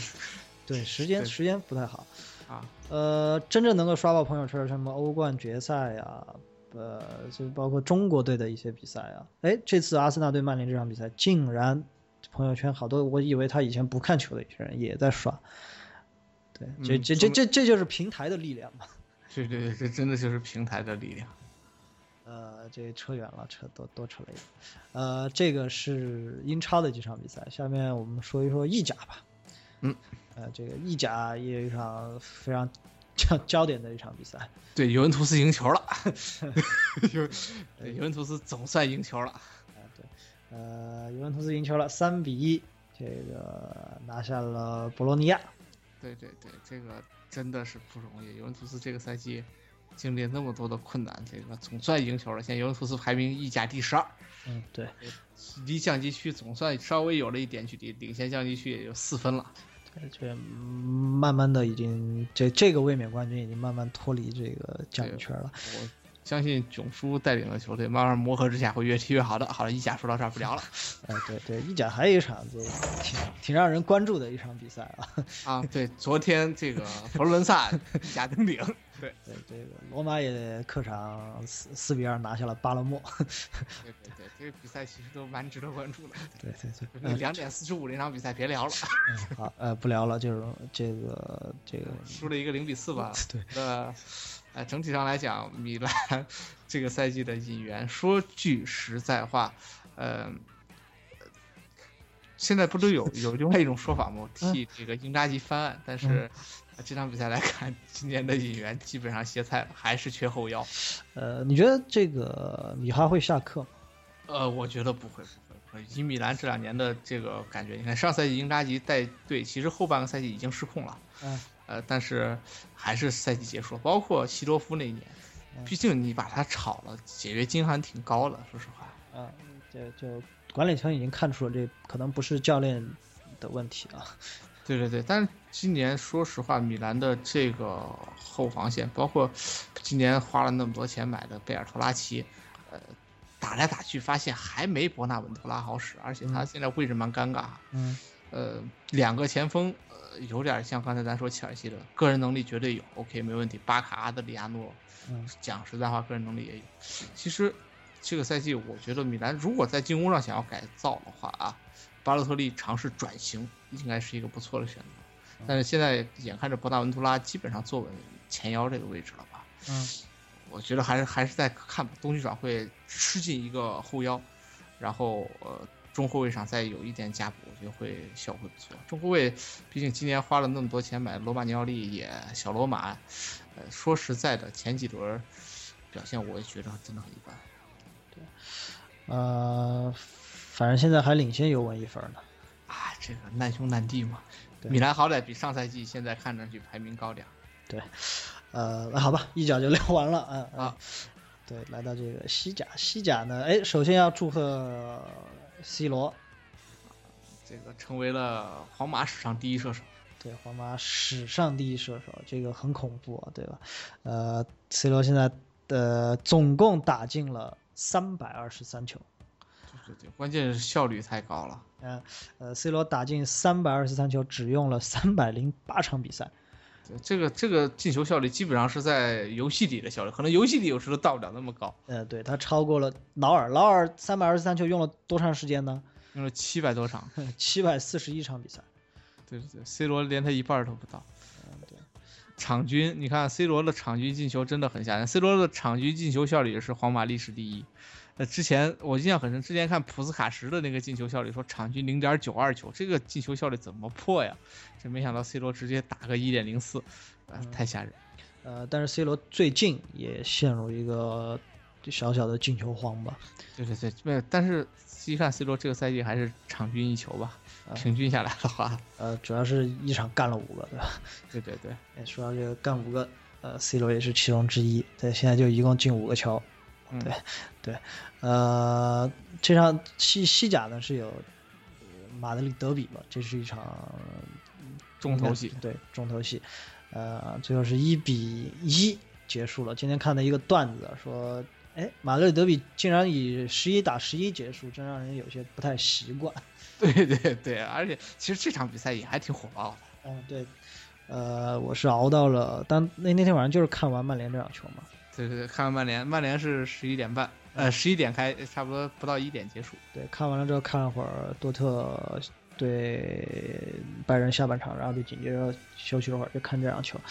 A: 对，时间
B: 对
A: 时间不太好。
B: 啊，
A: 呃，真正能够刷爆朋友圈儿，什么欧冠决赛呀、呃，就包括中国队的一些比赛啊。哎，这次阿森纳对曼联这场比赛，竟然朋友圈好多，我以为他以前不看球的一些人也在刷。对，这
B: 嗯
A: 这这
B: 说明
A: 这这就是平台的力量嘛。
B: 对对对，这真的就是平台的力量。
A: 呃，这扯远了，扯多多扯了一点。呃，这个是英超的几场比赛，下面我们说一说意甲吧。
B: 嗯，
A: 呃，这个意甲也有一场非常焦焦点的一场比赛。
B: 对，尤文图斯赢球了， (laughs) 尤对尤文图斯总算赢球了。
A: 啊，对，呃，尤文图斯赢球了，三比一，这个拿下了博洛尼亚。
B: 对对对，这个真的是不容易。尤文图斯这个赛季经历了那么多的困难，这个总算赢球了。现在尤文图斯排名意甲第十二，
A: 嗯，对，
B: 离降级区总算稍微有了一点距离，领先降级区也就四分了。
A: 对这嗯慢慢的已经这这个卫冕冠军已经慢慢脱离这个降级圈了。
B: 我相信囧叔带领的球队慢慢磨合之下会越踢越好的。好了，意甲说到这儿不聊了
A: 哎、对对，意甲还有一场这个挺挺让人关注的一场比赛啊。
B: 啊。对，昨天这个佛罗伦 (laughs) 萨意甲登顶，对
A: 对，这个罗马也客场四四比二拿下了巴勒莫。
B: 对对对，这个比赛其实都蛮值得关注的。
A: 对对 (laughs) 对，
B: 那两点四十五那场比赛别聊了，
A: 嗯好，呃，不聊了，就是这个这个，
B: 输了一个零比四 (laughs) 吧。
A: 对，
B: 那呃，整体上来讲，米兰 (laughs) 这个赛季的引援，说句实在话，呃，现在不都有有另外一种说法吗？替这个英扎吉翻案，但是呃这场比赛来看，今年的引援基本上歇菜了，还是缺后腰。
A: 呃，你觉得这个米哈会下课吗？
B: 呃，我觉得不会，不会，不会。以米兰这两年的这个感觉，你看上赛季英扎吉带队，其实后半个赛季已经失控了。
A: 嗯。
B: 呃，但是还是赛季结束，包括西多夫那一年
A: 嗯，
B: 毕竟你把他炒了，解约金还挺高的，说实话。
A: 嗯，就就管理层已经看出了这可能不是教练的问题啊。
B: 对对对，但是今年说实话，米兰的这个后防线，包括今年花了那么多钱买的贝尔托拉奇，呃，打来打去发现还没伯纳文特拉好使，而且他现在位置蛮尴尬。
A: 嗯，
B: 呃，两个前锋，呃，有点像刚才咱说切尔西的，个人能力绝对有，OK，没问题。巴卡、阿德里亚诺，
A: 嗯
B: 讲实在话，个人能力也有。其实这个赛季，我觉得米兰如果在进攻上想要改造的话啊，巴洛特利尝试转型应该是一个不错的选
A: 嗯
B: 择。但是现在眼看着博纳文图拉基本上坐稳前腰这个位置了吧？
A: 嗯，
B: 我觉得还是还是在看吧冬季转会吃进一个后腰，然后呃中后卫上再有一点加补，我觉得会效果不错。中后卫毕竟今年花了那么多钱买罗马尼奥利也小罗马，呃说实在的前几轮儿表现我也觉得真的很一般。
A: 呃，反正现在还领先尤文一分呢。
B: 啊，这个难兄难弟嘛，
A: 对
B: 米兰好歹比上赛季现在看上去排名高点儿。
A: 呃，那好吧，一脚就 (laughs) 聊完了啊、嗯
B: 啊
A: 对，来到这个西甲，西甲呢，哎，首先要祝贺 C 罗，
B: 这个成为了皇马史上第一射手，
A: 对，皇马史上第一射手，这个很恐怖啊，对吧？呃，C 罗现在呃总共打进了三百二十三球。
B: 对对对，关键是效率太高了。
A: 嗯，呃，C 罗打进三百二十三球，只用了三百零八场比赛，
B: 对这个这个进球效率基本上是在游戏里的效率，可能游戏里有时候到不了那么高，
A: 呃，对他超过了劳尔，劳尔三百二十三球用了多长时间呢？
B: 用了七百多场，
A: 七百四十一场比赛。
B: 对对对，C 罗连他一半儿都不到。
A: 嗯，对，
B: 场均，你看 C 罗的场均进球真的很吓人，C 罗的场均进球效率也是皇马历史第一。呃，之前我印象很深，之前看普斯卡什的那个进球效率，说场均零点九二球，这个进球效率怎么破呀？这没想到 C 罗直接打个一点零四，呃，太吓人。
A: 呃，但是 C 罗最近也陷入一个小小的进球荒吧。
B: 对对对，没有，但是细看 C 罗这个赛季还是场均一球吧，
A: 啊
B: 平均下来的话，
A: 呃，主要是一场干了五个，对吧？
B: 对对对，
A: 哎，说到这个干五个，呃，C 罗也是其中之一。对，现在就一共进五个球。
B: 嗯
A: 对，对，呃，这场西西甲呢是有呃马德里德比嘛，这是一场
B: 重头戏，
A: 对重头戏，呃，最后是一比一结束了。今天看到一个段子啊说，哎，马德里德比竟然以十一打十一结束，真让人有些不太习惯。 (laughs)
B: 对对对，而且其实这场比赛也还挺火爆的。
A: 嗯，对，呃，我是熬到了，当那那天晚上就是看完曼联这场球嘛。
B: 对对对，看完曼联，曼联是十一点半，呃，十一点开，差不多不到一点结束。
A: 对，看完了之后看了会儿多特对拜仁下半场，然后就紧接着休息了会儿，就看这场球。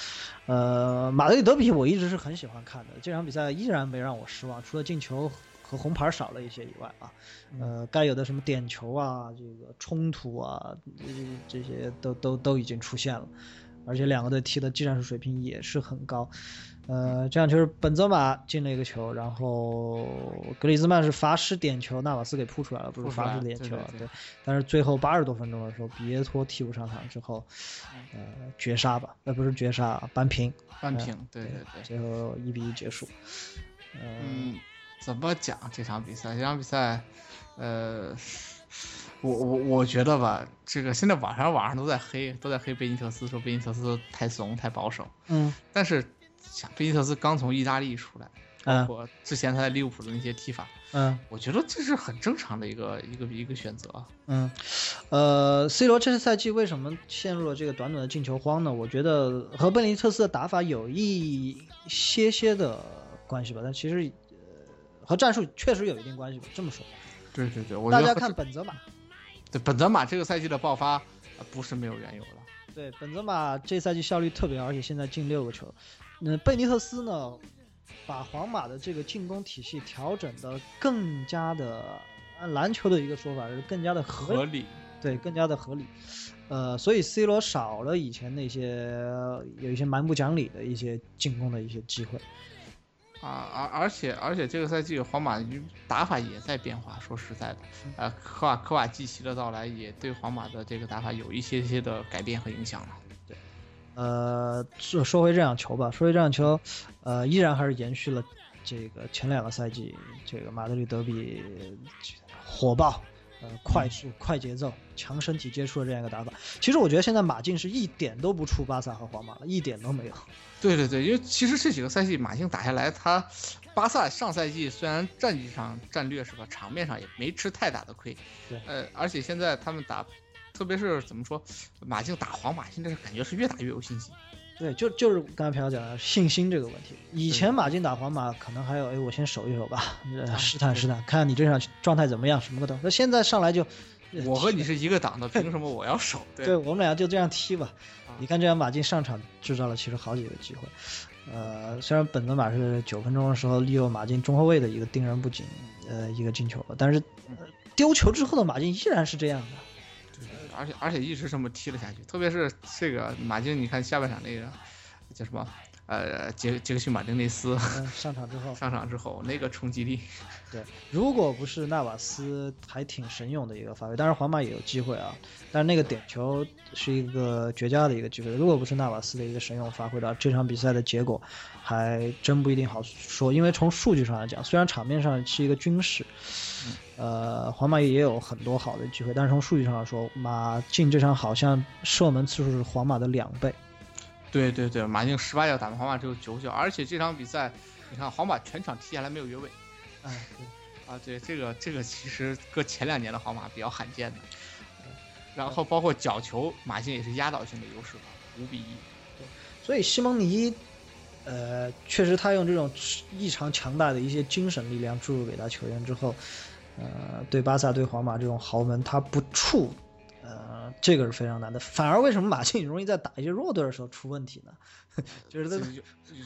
A: 呃，马德里德比我一直是很喜欢看的，这场比赛依然没让我失望，除了进球和红牌少了一些以外啊，
B: 嗯
A: 呃，该有的什么点球啊、这个冲突啊，这这些都都都已经出现了。而且两个队踢的技战术水平也是很高，呃，这场球是本泽马进了一个球，然后格里兹曼是罚失点球，纳瓦斯给扑出来了，不是
B: 扑出
A: 罚
B: 来
A: 失点
B: 对
A: 球
B: 对
A: 啊，
B: 对
A: 对。但是最后八十多分钟的时候，比耶托替补上场之后，
B: 嗯
A: 呃，绝杀吧，那、不是绝杀啊，扳平，
B: 扳平，对嗯对对，
A: 最后一比一结束。嗯，
B: 嗯，怎么讲这场比赛？这场比赛，呃，我我我觉得吧，这个现在网上网上都在黑，都在黑贝尼特斯，说贝尼特斯太怂太保守。
A: 嗯，
B: 但是，想贝尼特斯刚从意大利出来，包
A: 嗯，
B: 括之前他在利物浦的那些踢法，
A: 嗯，
B: 我觉得这是很正常的一个一个一个选择啊。
A: 嗯，呃，C 罗这个赛季为什么陷入了这个短短的进球荒呢？我觉得和贝尼特斯的打法有一些些的关系吧，但其实、呃、和战术确实有一定关系吧。这么说，
B: 对对对，我觉
A: 大
B: 得
A: 家
B: 和
A: 看本泽马，
B: 对本泽马这个赛季的爆发，呃不是没有缘由的。
A: 对本泽马这赛季效率特别好，而且现在进六个球。嗯，贝尼特斯呢，把皇马的这个进攻体系调整的更加的，按篮球的一个说法是更加的合理
B: 合理。
A: 对，更加的合理。呃，所以 C 罗少了以前那些有一些蛮不讲理的一些进攻的一些机会。
B: 啊，而而且而且这个赛季皇马打法也在变化。说实在的，呃，科瓦科瓦季奇的到来也对皇马的这个打法有一些些的改变和影响了。
A: 呃，说说回这场球吧，说回这场球，呃，依然还是延续了这个前两个赛季这个马德里德比火爆、呃快速、快节奏、强身体接触的这样一个打法。其实我觉得现在马竞是一点都不出巴萨和皇马了，一点都没有。
B: 对对对，因为其实这几个赛季马竞打下来，他巴萨上赛季虽然战绩上战略是吧，场面上也没吃太大的亏。
A: 对
B: 呃，而且现在他们打，特别是怎么说，马竞打皇马，现在是感觉是越打越有信心。
A: 对，就就是刚才朴讲的信心这个问题。以前
B: 嗯
A: 马竞打皇马，可能还有，哎，我先守一守吧，呃
B: 啊
A: 试探
B: 对
A: 试探，看看你这场状态怎么样，什么个都。那现在上来就，呃
B: 我和你是一个档的，凭什么我要守？ (laughs)
A: 对我们俩就这样踢吧
B: 啊。
A: 你看，这样马竞上场制造了其实好几个机会。呃，虽然本泽马是九分钟的时候利用马竞中后卫的一个盯人不紧，呃，一个进球，但是、
B: 嗯
A: 呃丢球之后的马竞依然是这样的。
B: 而且而且一直这么踢了下去，特别是这个马竞，你看下半场那个叫什么？呃，杰杰克逊·马丁内斯
A: 嗯，上场之后，
B: 上场之后，那个冲击力，
A: 对，如果不是纳瓦斯还挺神勇的一个发挥，当然皇马也有机会啊，但是那个点球是一个绝佳的一个机会。如果不是纳瓦斯的一个神勇发挥的话，这场比赛的结果还真不一定好说。因为从数据上来讲，虽然场面上是一个均势，呃，皇马也有很多好的机会，但是从数据上来说，马竞这场好像射门次数是皇马的两倍。
B: 对对对，马竞十八脚打完皇马只有九脚，而且这场比赛，你看皇马全场踢下来没有越位
A: 哎，
B: 啊，对这个这个其实搁前两年的皇马比较罕见的，然后包括角球，马竞也是压倒性的优势吧，五比一，
A: 所以西蒙尼，呃，确实他用这种异常强大的一些精神力量注入给他球员之后，呃，对巴萨、对皇马这种豪门他不怵，呃，这个是非常难的。反而为什么马竞容易在打一些弱队的时候出问题呢？ (laughs) 就是他
B: 有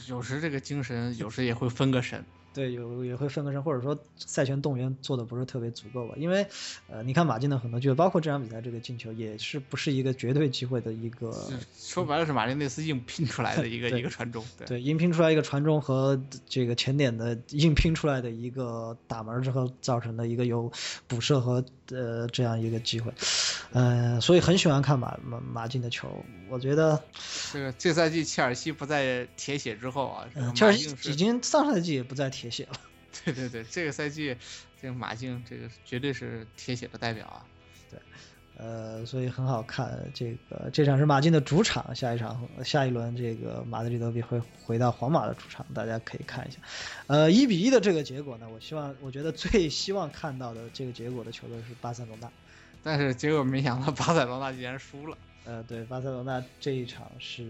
B: 有时这个精神，有时也会分个神。
A: 对，有也会分个身，或者说赛前动员做的不是特别足够吧？因为，呃，你看马竞的很多机会，包括这场比赛这个进球，也是不是一个绝对机会的一个，
B: 说白了是马丁内斯硬拼出来的一个一个传中，对，
A: 呃对，硬拼出来一个传中和这个前点的硬拼出来的一个打门之后造成的一个有补射和呃这样一个机会，呃，所以很喜欢看马马马竞的球，我觉得
B: 这个这赛季切尔西不在铁血之后啊，这个
A: 嗯切尔
B: 马
A: 西
B: 竞是
A: 已经上赛季也不再铁血了。
B: 对对对，这个赛季这个马竞这个绝对是铁血的代表啊。
A: 呃，所以很好看。这个这场是马竞的主场，下一场下一轮这个马德里德比会回到皇马的主场，大家可以看一下。呃，一比一的这个结果呢，我希望我觉得最希望看到的这个结果的球队是巴塞罗那。
B: 但是结果没想到巴塞罗那竟然输了，
A: 呃，对，巴塞罗那这一场是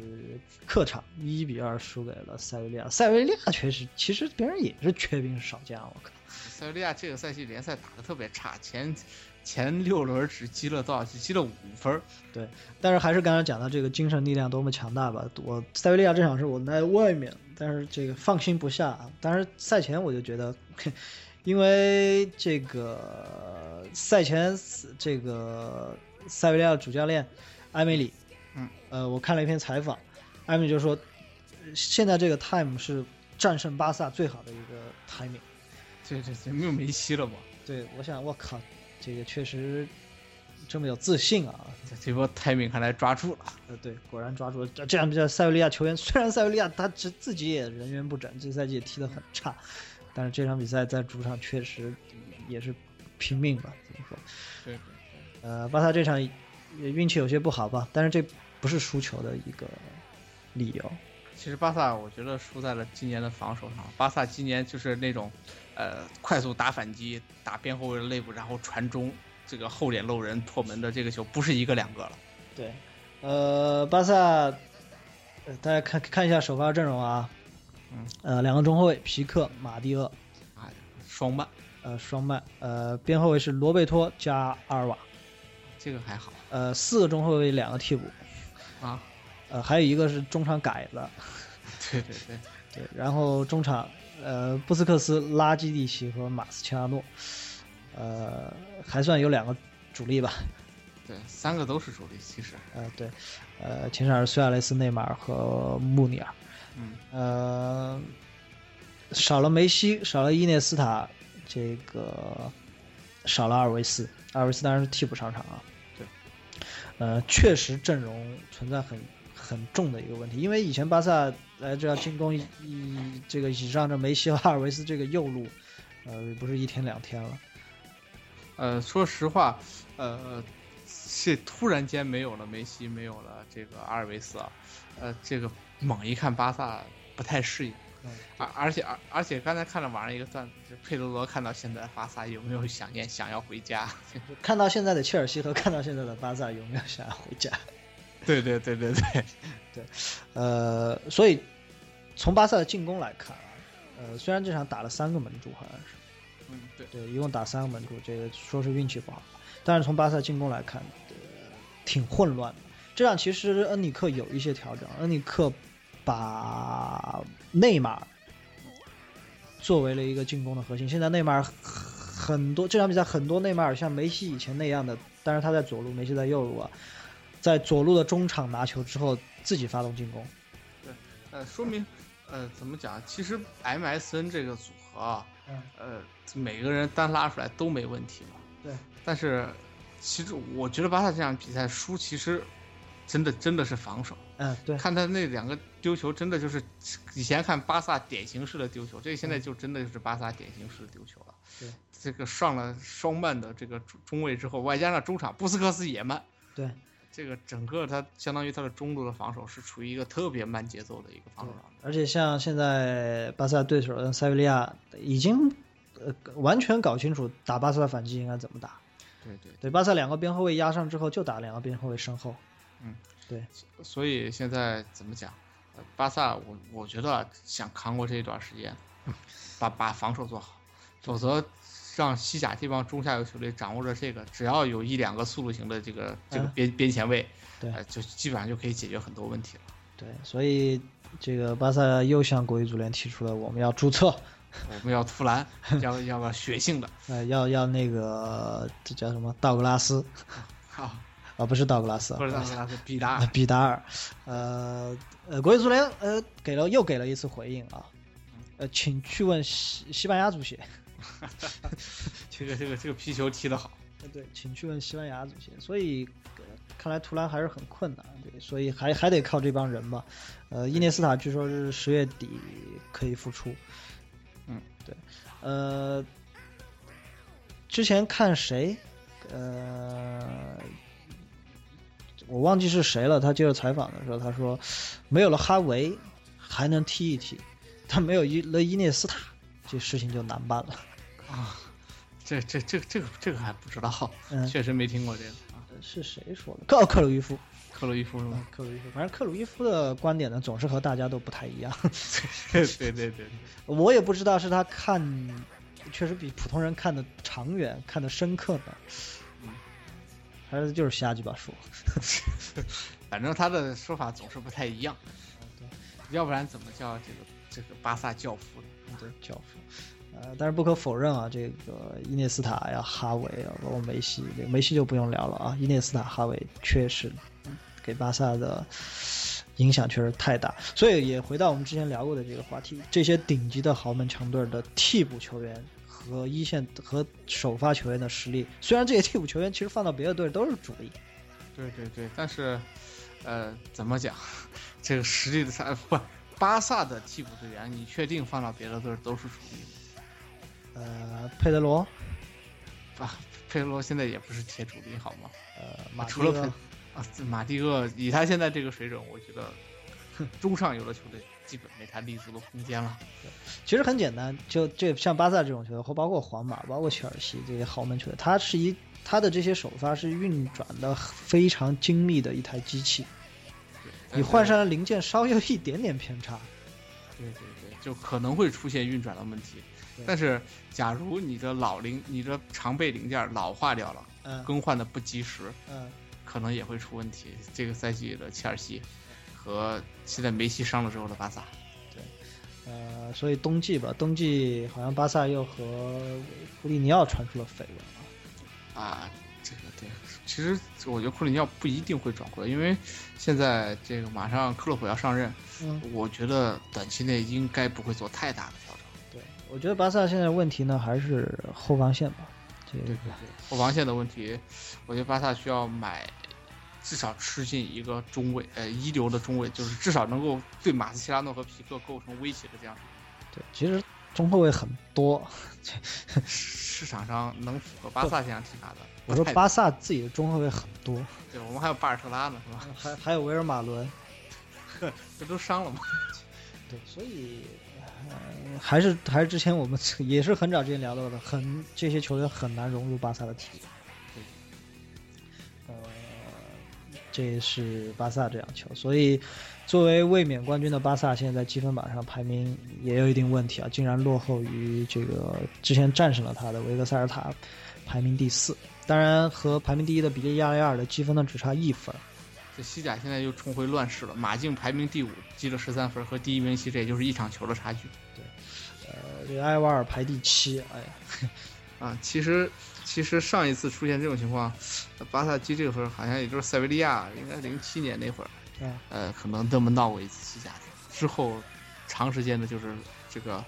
A: 客场一比二输给了塞维利亚。塞维利亚确实，其实别人也是缺兵少将，我靠。
B: 塞维利亚这个赛季联赛打得特别差，前前六轮只积了多少？只积了五分儿。
A: 但是还是刚才讲到这个精神力量多么强大吧。我塞维利亚这场是我在外面，但是这个放心不下。但是赛前我就觉得， (laughs) 因为这个赛前这个塞维利亚主教练埃梅里，
B: 嗯，
A: 呃，我看了一篇采访，埃梅里就说，呃现在这个 time 是战胜巴萨最好的一个 timing。
B: 对对对，没有梅西了嘛？
A: 对，我想我靠，这个确实这么有自信啊，
B: 这这波 timing 看来抓住了。
A: 呃，对，果然抓住了这这样比较塞维利亚球员， (laughs) 虽然塞维利亚他自自己也人员不整，这赛季也踢得很差，但是这场比赛在主场确实也是拼命吧，怎么说？
B: 对对
A: 呃，巴萨这场也运气有些不好吧，但是这不是输球的一个理由。
B: 其实巴萨我觉得输在了今年的防守上。巴萨今年就是那种，呃，快速打反击，打边后卫的肋部，然后传中，这个后点漏人破门的这个球不是一个两个了。
A: 对，呃，巴萨，呃大家看看一下首发阵容啊，
B: 嗯，
A: 呃，两个中后卫皮克、马蒂厄，
B: 哎呀，双慢，
A: 呃，双曼，呃，边后卫是罗贝托加阿尔瓦，
B: 这个还好
A: 呃，四个中后卫，两个替补。
B: 啊。
A: 呃，还有一个是中场改了，
B: (laughs) 对对对，
A: 对，然后中场呃布斯克斯、拉基蒂奇和马斯切拉诺，呃，还算有两个主力吧，
B: 对，三个都是主力，其实，
A: 呃，对，呃，前场是苏亚雷斯、内马尔和穆里尔，
B: 嗯，
A: 呃，少了梅西，少了伊涅斯塔，这个少了阿尔维斯，阿尔维斯当然是替补上场啊。
B: 对，
A: 呃，确实阵容存在很很重的一个问题，因为以前巴萨来这要进攻以以这个倚仗着梅西和阿尔维斯这个右路，呃，不是一天两天了。
B: 呃，说实话，呃，是突然间没有了梅西，没有了这个阿尔维斯啊，呃，这个猛一看巴萨不太适应。
A: 嗯
B: 而而且而而且刚才看了网上一个段子，就佩德罗看到现在巴萨有没有想念想要回家？ (laughs)
A: 就看到现在的切尔西和看到现在的巴萨，有没有想要回家？
B: 对对对对对，
A: 呃，所以从巴萨的进攻来看啊，呃，虽然这场打了三个门柱，好像是。
B: 嗯对，
A: 对，一共打三个门柱，这个说是运气不好，但是从巴萨进攻来看，呃、挺混乱的。这场其实恩里克有一些调整，恩里克把内马尔作为了一个进攻的核心。现在内马尔很多这场比赛很多内马尔像梅西以前那样的，但是他在左路，梅西在右路啊，在左路的中场拿球之后自己发动进攻。
B: 呃，说明呃怎么讲？其实 MSN 这个组合啊，
A: 嗯，
B: 呃，每个人单拉出来都没问题嘛。
A: 对。
B: 但是其实我觉得巴萨这场比赛输，其实真的真的是防守。
A: 嗯，对，
B: (laughs) 看他那两个丢球，真的就是以前看巴萨典型式的丢球，这现在就真的就是巴萨典型式的丢球了。
A: 嗯对，
B: (laughs) 这个上了双曼的这个中中卫之后，外加上中场布斯克斯也慢，
A: 对，
B: (laughs) 这个整个他相当于他的中路的防守是处于一个特别慢节奏的一个防守状态。
A: 而且像现在巴萨对手的塞维利亚已经呃完全搞清楚打巴萨的反击应该怎么打。
B: 对对，
A: 对，巴萨两个边后卫压上之后就打两个边后卫身后。
B: 嗯，
A: 对，
B: 所以现在怎么讲？呃巴萨我我觉得啊想扛过这一段时间，
A: 嗯
B: 把把防守做好，否则让西甲这帮中下游球队掌握着这个，只要有一两个速度型的这个这个
A: 嗯
B: 边边前卫，
A: 对
B: 呃，就基本上就可以解决很多问题了。
A: 对，所以这个巴萨又向国际足联提出了我们要注册，
B: 我们要
A: (laughs)
B: 突然，要要不要血性的
A: 呃，要要那个这叫什么道格拉斯
B: 啊，
A: 啊、不是道格拉斯，
B: 或者让他是比达
A: 呃
B: 尔，
A: 比达尔，呃呃，国际足联呃给了又给了一次回应啊，呃，请去问西西班牙足协，
B: 这个这个这个皮球踢得好，
A: 呃对，请去问西班牙足协，所以、呃看来图兰还是很困难，对，所以还还得靠这帮人吧，呃，伊涅斯塔据说是十月底可以复出，
B: 嗯，
A: 对，呃，之前看谁，呃。我忘记是谁了。他接受采访的时候，他说，没有了哈维，还能踢一踢，但没有伊了伊涅斯塔，这事情就难办了。
B: 这这这个这个这个还不知道，
A: 嗯，
B: 确实没听过这个啊。
A: 是谁说的？克哦克鲁伊夫，
B: 克洛伊夫是吗？
A: 克鲁伊夫，反正克鲁伊夫的观点呢，总是和大家都不太一样。 (laughs) 嗯
B: 对 (laughs) 对对对，
A: 我也不知道是他看，确实比普通人看的长远、看的深刻呢，嗯还是就是瞎鸡巴说。
B: 反正他的说法总是不太一样，
A: 对
B: 要不然怎么叫这个这个巴萨教父呢？
A: 对，教父。呃，但是不可否认啊，这个伊涅斯塔呀、哈维啊，包括梅西，这个梅西就不用聊了啊。伊涅斯塔、哈维确实给巴萨的影响确实太大，所以也回到我们之前聊过的这个话题，这些顶级的豪门强队的替补球员和一线和首发球员的实力，虽然这些替补球员其实放到别的队都是主力，
B: 对对对，但是，呃，怎么讲， (laughs) 这个实力的差 (laughs) 不，巴萨的替补队员，你确定放到别的队儿都是主力吗？
A: 呃，佩德罗，
B: 啊，佩德罗现在也不是铁主力好吗？
A: 呃，马
B: 啊除了
A: 蒂
B: 佩
A: 厄
B: 啊，这马蒂厄以他现在这个水准，我觉
A: (laughs)
B: 得中上游的球队基本没他立足的空间了。
A: 其实很简单，就这像巴萨这种球队，或包括皇马、包括切尔西这些豪门球队，它是一它的这些首发是运转的非常精密的一台机器，
B: 对
A: 你
B: 但
A: 换
B: 是
A: 上的零件稍有一点点偏差，
B: 对对对，就可能会出现运转的问题
A: 对。
B: 但是，假如你的老零、你的常备零件老化掉了，
A: 嗯
B: 更换的不及时，
A: 嗯，
B: 可能也会出问题。这个赛季的切尔西和现在梅西伤了之后的巴萨，
A: 呃，所以冬季吧，冬季好像巴萨又和库利尼奥传出了绯闻啊，
B: 啊，这个对，其实我觉得库里尼奥不一定会转会，因为现在这个马上克洛普要上任，
A: 嗯，
B: 我觉得短期内应该不会做太大的调整。
A: 对，我觉得巴萨现在问题呢还是后防线吧，这个
B: 对对对，后防线的问题，我觉得巴萨需要买，至少吃进一个中卫，呃，一流的中卫，就是至少能够对马斯切拉诺和皮克构成威胁的这样。
A: 对，其实中后卫很多，
B: (laughs) 市场上能符合巴萨这样踢法的，
A: 我说
B: 不太
A: 巴萨自己的中后卫很多，
B: 对，我们还有巴尔特拉呢，是吧？
A: 还还有维尔马伦。
B: 这都伤了嘛。
A: 对，所以、呃、还是还是之前我们 (laughs) 也是很早之前聊到的，很这些球员很难融入巴萨的体系。呃，这是巴萨这样球，所以作为卫冕冠军的巴萨，现在在积分榜上排名也有一定问题啊，竟然落后于这个之前战胜了他的维格塞尔塔，排名第四。当然，和排名第一的比利亚雷亚尔的积分呢只差一分。
B: 这西甲现在又重回乱世了，马竞排名第五，积了十三分，和第一名其实也就是一场球的差距。
A: 呃，这个埃瓦尔排第七，哎呀，
B: 啊，其实其实上一次出现这种情况，呃巴萨积这个分好像也就是塞维利亚，应该零七年那会儿，
A: 是吧？
B: 呃，可能这么闹过一次西甲，之后长时间的就是这个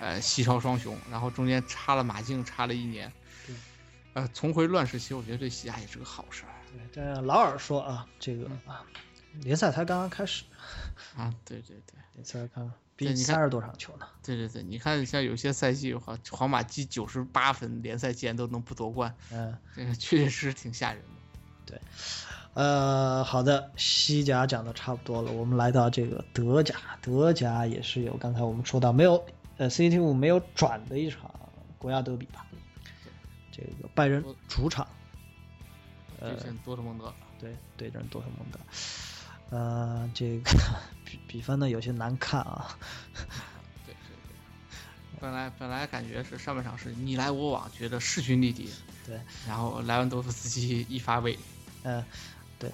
B: 呃西超双雄，然后中间插了马竞，插了一年
A: 对，
B: 呃，重回乱世期，我觉得对西甲也是个好事儿
A: 对，但是劳尔说啊，这个
B: 嗯
A: 啊，联赛才刚刚开始，
B: 啊。对对对
A: 联赛才刚
B: 对
A: 比
B: 你
A: 三
B: 看
A: 十多场球呢。
B: 对对对，你看像有些赛季的话，皇马积九十八分，联赛竟然都能不夺冠，
A: 嗯，
B: 这个确确实实挺吓人的。
A: 呃，好的，西甲讲的差不多了，我们来到这个德甲，德甲也是有刚才我们说到没有，呃，CT 五没有转的一场国家德比吧，这个拜仁主场，呃
B: 就像多特蒙德，
A: 对对阵多特蒙德，呃，这个 (laughs) 比比分呢有些难看啊。
B: 对对对，本来本来感觉是上半场是你来我往，觉得势均力敌。
A: 对，
B: 然后莱万多夫斯基一发威，
A: 呃，对，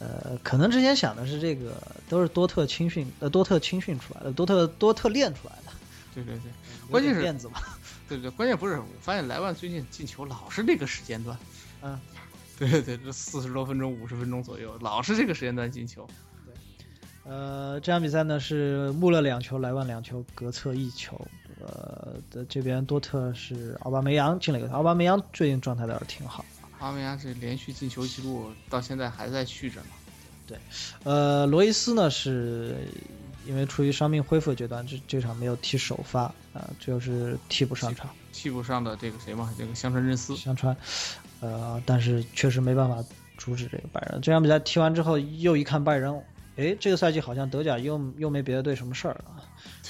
A: 呃，可能之前想的是这个都是多特青训，呃，多特青训出来的，多特多特练出来的，
B: 对对对
A: 有
B: 嗯关键
A: 点
B: 是
A: 面子吧，
B: 对对，关键不是，我发现莱万最近进球老是这个时间段。
A: 嗯，
B: 对对对，这四十多分钟、五十分钟左右，老是这个时间段进球。
A: 呃，这场比赛呢是穆勒两球，莱万两球，格策一球。呃，的这边多特是奥巴梅扬进了一个，奥巴梅扬最近状态倒是挺好。
B: 阿梅亚这连续进球记录到现在还在续着呢。
A: 呃，罗伊斯呢是因为处于伤病恢复阶段，这这场没有踢首发，呃，就是替补上场
B: 替补上的这个谁嘛，这个香川真司，
A: 香川，呃，但是确实没办法阻止这个拜仁。这场比赛踢完之后，又一看拜仁，诶，这个赛季好像德甲又又没别的队什么事儿了。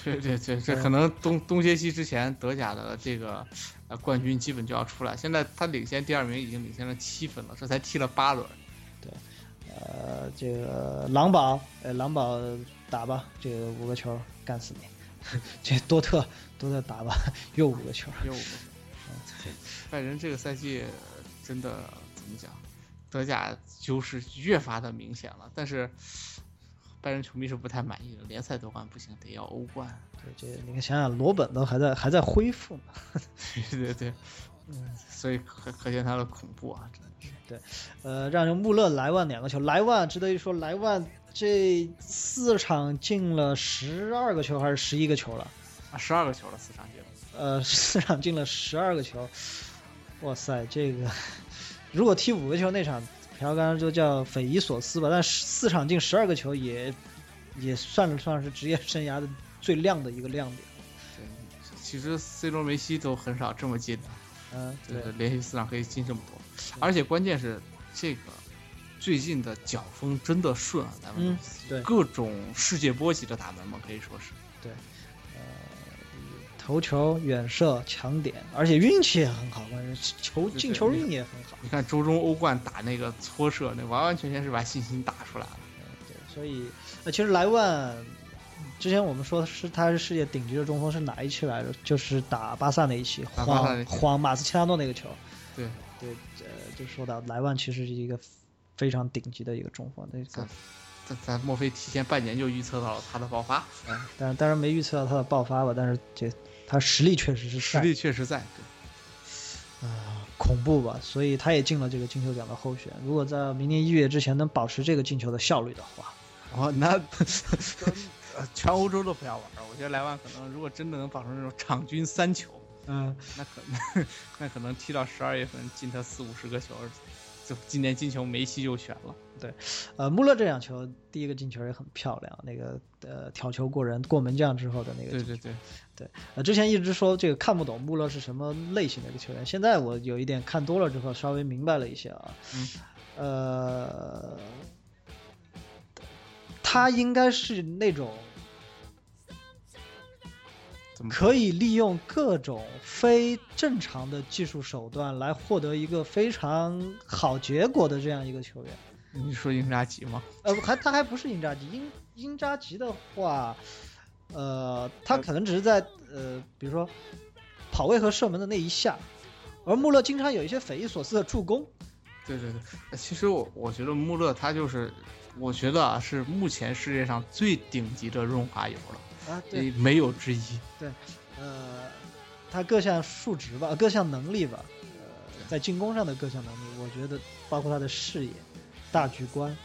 B: 对对对，这
A: 对
B: 可能东东歇期之前德甲的这个呃冠军基本就要出来，现在他领先第二名已经领先了七分了，这才踢了八轮。
A: 呃，这个狼堡，呃，狼堡打吧，这个五个球干死你。 (laughs) 这多特多特打吧，又五个球。
B: 又五个分。拜仁这个赛季呃真的怎么讲，德甲优势越发的明显了，但是拜仁球迷是不太满意的，联赛夺冠不行，得要欧冠。 (laughs)
A: 对，这你看想想，罗本都还在还在恢复呢。
B: 对对对，嗯所以可可见他的恐怖啊，真的是。
A: 呃，让人穆勒、莱万两个球，莱万值得一说，莱万这四场进了十二个球还是十一个球了？
B: 啊，十二个球了，四场比赛。
A: 呃， (laughs) 四场进了十二个球，哇塞，这个如果踢五个球那场，朴刚就叫匪夷所思吧。但是四场进十二个球也也算得上是职业生涯的最亮的一个亮点。
B: 对，其实 C 罗、梅西都很少这么进的，
A: 嗯、
B: 对
A: 对，
B: 连续四场可以进这么多，而且关键是这个最近的脚风真的顺啊，咱们
A: 嗯对
B: 各种世界波级的打门嘛，可以说是。
A: 头球、远射、强点，而且运气也很好，关键是球
B: 对
A: 进
B: 对
A: 球
B: 那
A: 运
B: 个
A: 也很好。
B: 你看周中欧冠打那个搓射，那完完全全是把信心打出来了。
A: 对，所以呃，其实莱万之前我们说是他是世界顶级的中锋，是哪一期来着？就是打巴萨那一期，
B: 打巴萨
A: 晃
B: 那一期
A: 晃马斯切拉诺那个球。
B: 对，
A: 对，呃，就说到莱万其实是一个非常顶级的一个中锋，那个
B: 咱咱咱莫非提前半年就预测到了他的爆发？
A: 但是当然没预测到他的爆发吧，但是这他实力确实是
B: 实
A: 帅
B: 力确实在，对
A: 恐怖吧，所以他也进了这个金球奖的候选。如果在明年一月之前能保持这个进球的效率的话，
B: 哦， (laughs) 那呃全欧洲都不要玩儿。我觉得莱万可能如果真的能保持那种场均三球，
A: 嗯，
B: 那可能 (laughs) 那可能踢到十二月份进他四五十个球，就今年进球梅西就悬了。
A: 呃，穆勒这两球第一个进球也很漂亮，那个呃挑球过人过门将之后的那个
B: 对
A: 进球
B: 对对，
A: 呃，之前一直说这个看不懂穆勒是什么类型的一个球员，现在我有一点看多了之后，稍微明白了一些啊。
B: 嗯
A: 呃，他应该是那种
B: 怎么说
A: 可以利用各种非正常的技术手段来获得一个非常好结果的这样一个球员。
B: 你说英扎吉吗？
A: 呃，还他还不是英扎吉，英英扎吉的话，呃，他可能只是在呃，比如说跑位和射门的那一下，而穆勒经常有一些匪夷所思的助攻。
B: 对对对，呃其实我我觉得穆勒他就是，我觉得啊是目前世界上最顶级的润滑油了，
A: 啊，
B: 这，没有之一。
A: 呃，他各项数值吧，呃各项能力吧，呃
B: 对，
A: 在进攻上的各项能力，我觉得包括他的视野、大局观、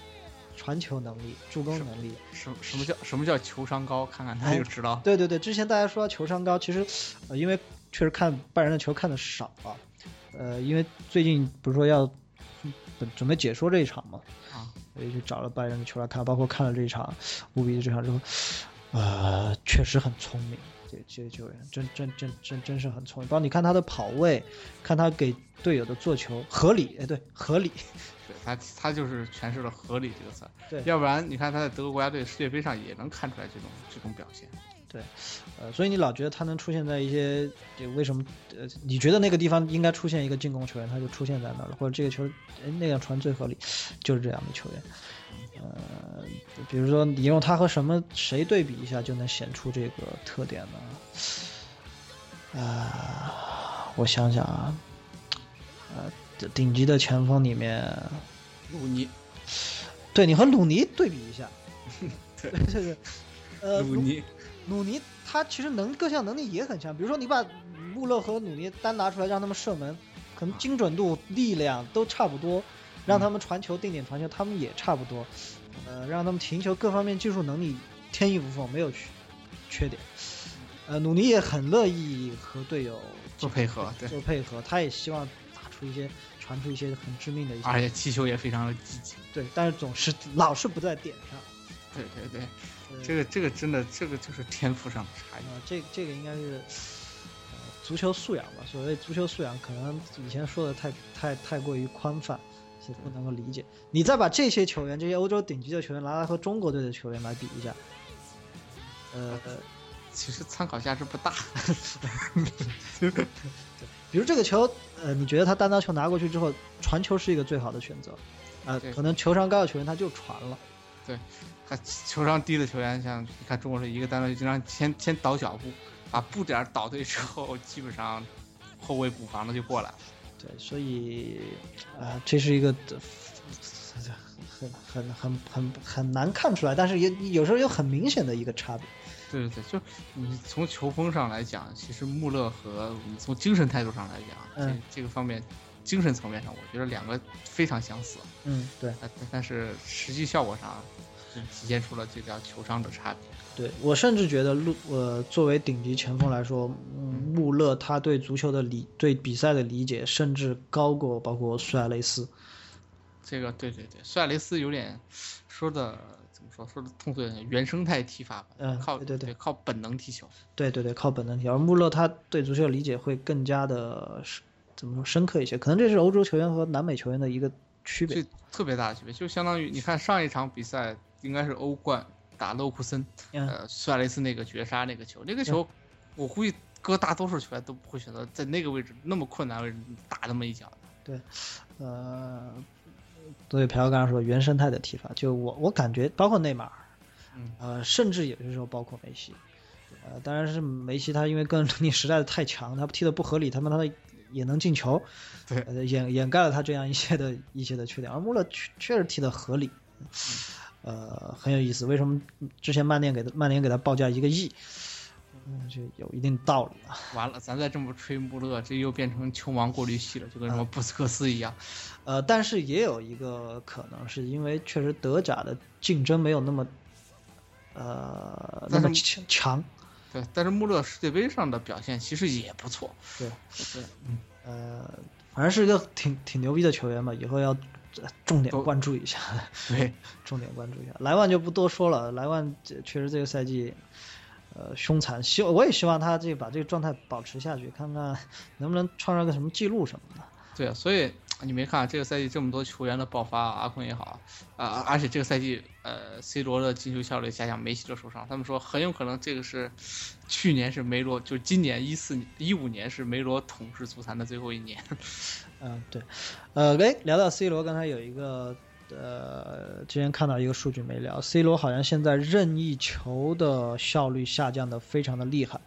A: 传球能力、助攻
B: 是
A: 能力，
B: 什么什么叫什么叫球商高？看看他就知道。
A: 对对对，之前大家说球商高，其实，呃，因为确实看拜仁的球看的少啊，呃，因为最近不是说要准准备解说这一场嘛，
B: 啊，
A: 所以就找了拜仁的球来看，包括看了这一场五比一这场之后，呃，确实很聪明，这这些球员真真真真真是很聪明。包括你看他的跑位，看他给队友的做球合理，哎，对，合理，
B: 对他，他就是诠释了“合理”这个词儿。
A: 对
B: 要不然你看他在德国国家队世界杯上也能看出来这种这种表现。
A: 呃，所以你老觉得他能出现在一些，就为什么？呃，你觉得那个地方应该出现一个呃进攻球员，他就出现在那儿了，或者这个球，哎，那样传最合理，就是这样的球员。呃，比如说你用它和什么谁对比一下，就能显出这个特点呢？啊、我想想啊，呃，顶级的前锋里面，
B: 鲁尼，
A: 对你和鲁尼对比一下， (laughs)
B: 对
A: 对对对，呃，
B: 鲁尼，
A: 鲁尼他其实能各项能力也很强，比如说你把穆勒和努尼单拿出来，让他们射门，可能精准度、力量都差不多，让他们传球、定点传球，他们也差不多，呃，让他们停球各方面技术能力天衣无缝，没有缺缺点。呃，努尼也很乐意和队友
B: 做配合，对，
A: 做配合，他也希望打出一些传出一些很致命的一
B: 而
A: 些，
B: 且踢球也非常的积极。
A: 对，但是总是老是不在点上。
B: 对对对，
A: 呃
B: 这个这个真的这个就是天赋上的差异。
A: 啊，这这个应该是、呃、足球素养吧？所谓足球素养，可能以前说的太太太过于宽泛，是不能够理解。你再把这些球员，这些欧洲顶级的球员拿来和中国队的球员来比一下，呃，
B: 其实参考价值不大。
A: 比如这个球，呃，你觉得他单刀球拿过去之后，传球是一个最好的选择，啊、
B: 对
A: 可能球商高的球员他就传了，
B: 他球商低的球员，像你看中国队一个单刀就经常先先倒脚步，把步点倒对之后，基本上后卫补防的就过来了。
A: 对，所以啊、这是一个呃很很很很很难看出来，但是也有时候又很明显的一个差别。
B: 对对对，就你从球风上来讲，其实穆勒和我们从精神态度上来讲，
A: 嗯
B: 这这个方面，精神层面上，我觉得两个非常相似，
A: 嗯，对
B: 但但是实际效果上，就体现出了这条球商的差别。
A: 对，我甚至觉得穆呃作为顶级前锋来说，嗯穆勒他对足球的理对比赛的理解，甚至高过包括苏亚雷斯。
B: 这个对对对，苏亚雷斯有点说的怎么说？说的通俗一点，原生态踢法吧，
A: 嗯
B: 靠
A: 对对对
B: 靠本能踢球。
A: 对对对，靠本能踢，而穆勒他对足球的理解会更加的深怎么说深刻一些，可能这是欧洲球员和南美球员的一个区别
B: 最。特别大的区别，就相当于你看上一场比赛应该是欧冠打勒沃库森，
A: 嗯，
B: 呃，苏亚雷斯那个绝杀那个球，那个球我估计搁大多数球员都不会选择在那个位置那么困难位置打那么一脚的。
A: 呃，所以朴刚刚说原生态的踢法，就我我感觉包括内马尔，
B: 嗯，
A: 呃，甚至有些时候包括梅西，呃，当然是梅西他因为跟伦尼实在是太强，他踢得不合理，他妈他也能进球，
B: 对
A: 呃、掩掩盖了他这样一些的一些的缺点，而穆勒确确实踢得合理，
B: 嗯
A: 呃，很有意思，为什么之前曼联给他曼联给他报价一个亿，嗯，这有一定道理啊，
B: 完了，咱再这么吹穆勒，这又变成球王过滤器了，就跟什么
A: 嗯
B: 布斯克斯一样。
A: 呃，但是也有一个可能是因为确实德甲的竞争没有那么。呃，那
B: 但
A: 么
B: 是
A: 强强，
B: 对，但是穆勒世界杯上的表现其实也不错。
A: 对，
B: 对，
A: 呃，反正是一个挺挺牛逼的球员吧，以后要呃重点
B: 都
A: 关注一下， (laughs)
B: 对，
A: 重点关注一下。莱万就不多说了，莱万这确实这个赛季，呃，凶残，希我也希望他这把这个状态保持下去，看看能不能创造个什么记录什么的。
B: 对，啊所以你没看啊这个赛季这么多球员的爆发，阿坤也好，啊、而且这个赛季呃，C 罗的进球效率下降，梅西的受伤，他们说很有可能这个是去年是梅罗，就今年一四一五年是梅罗统治足坛的最后一年。
A: 嗯，对，呃，哎，聊到 C 罗，刚才有一个呃，之前看到一个数据没聊，C 罗好像现在任意球的效率下降的非常的厉害。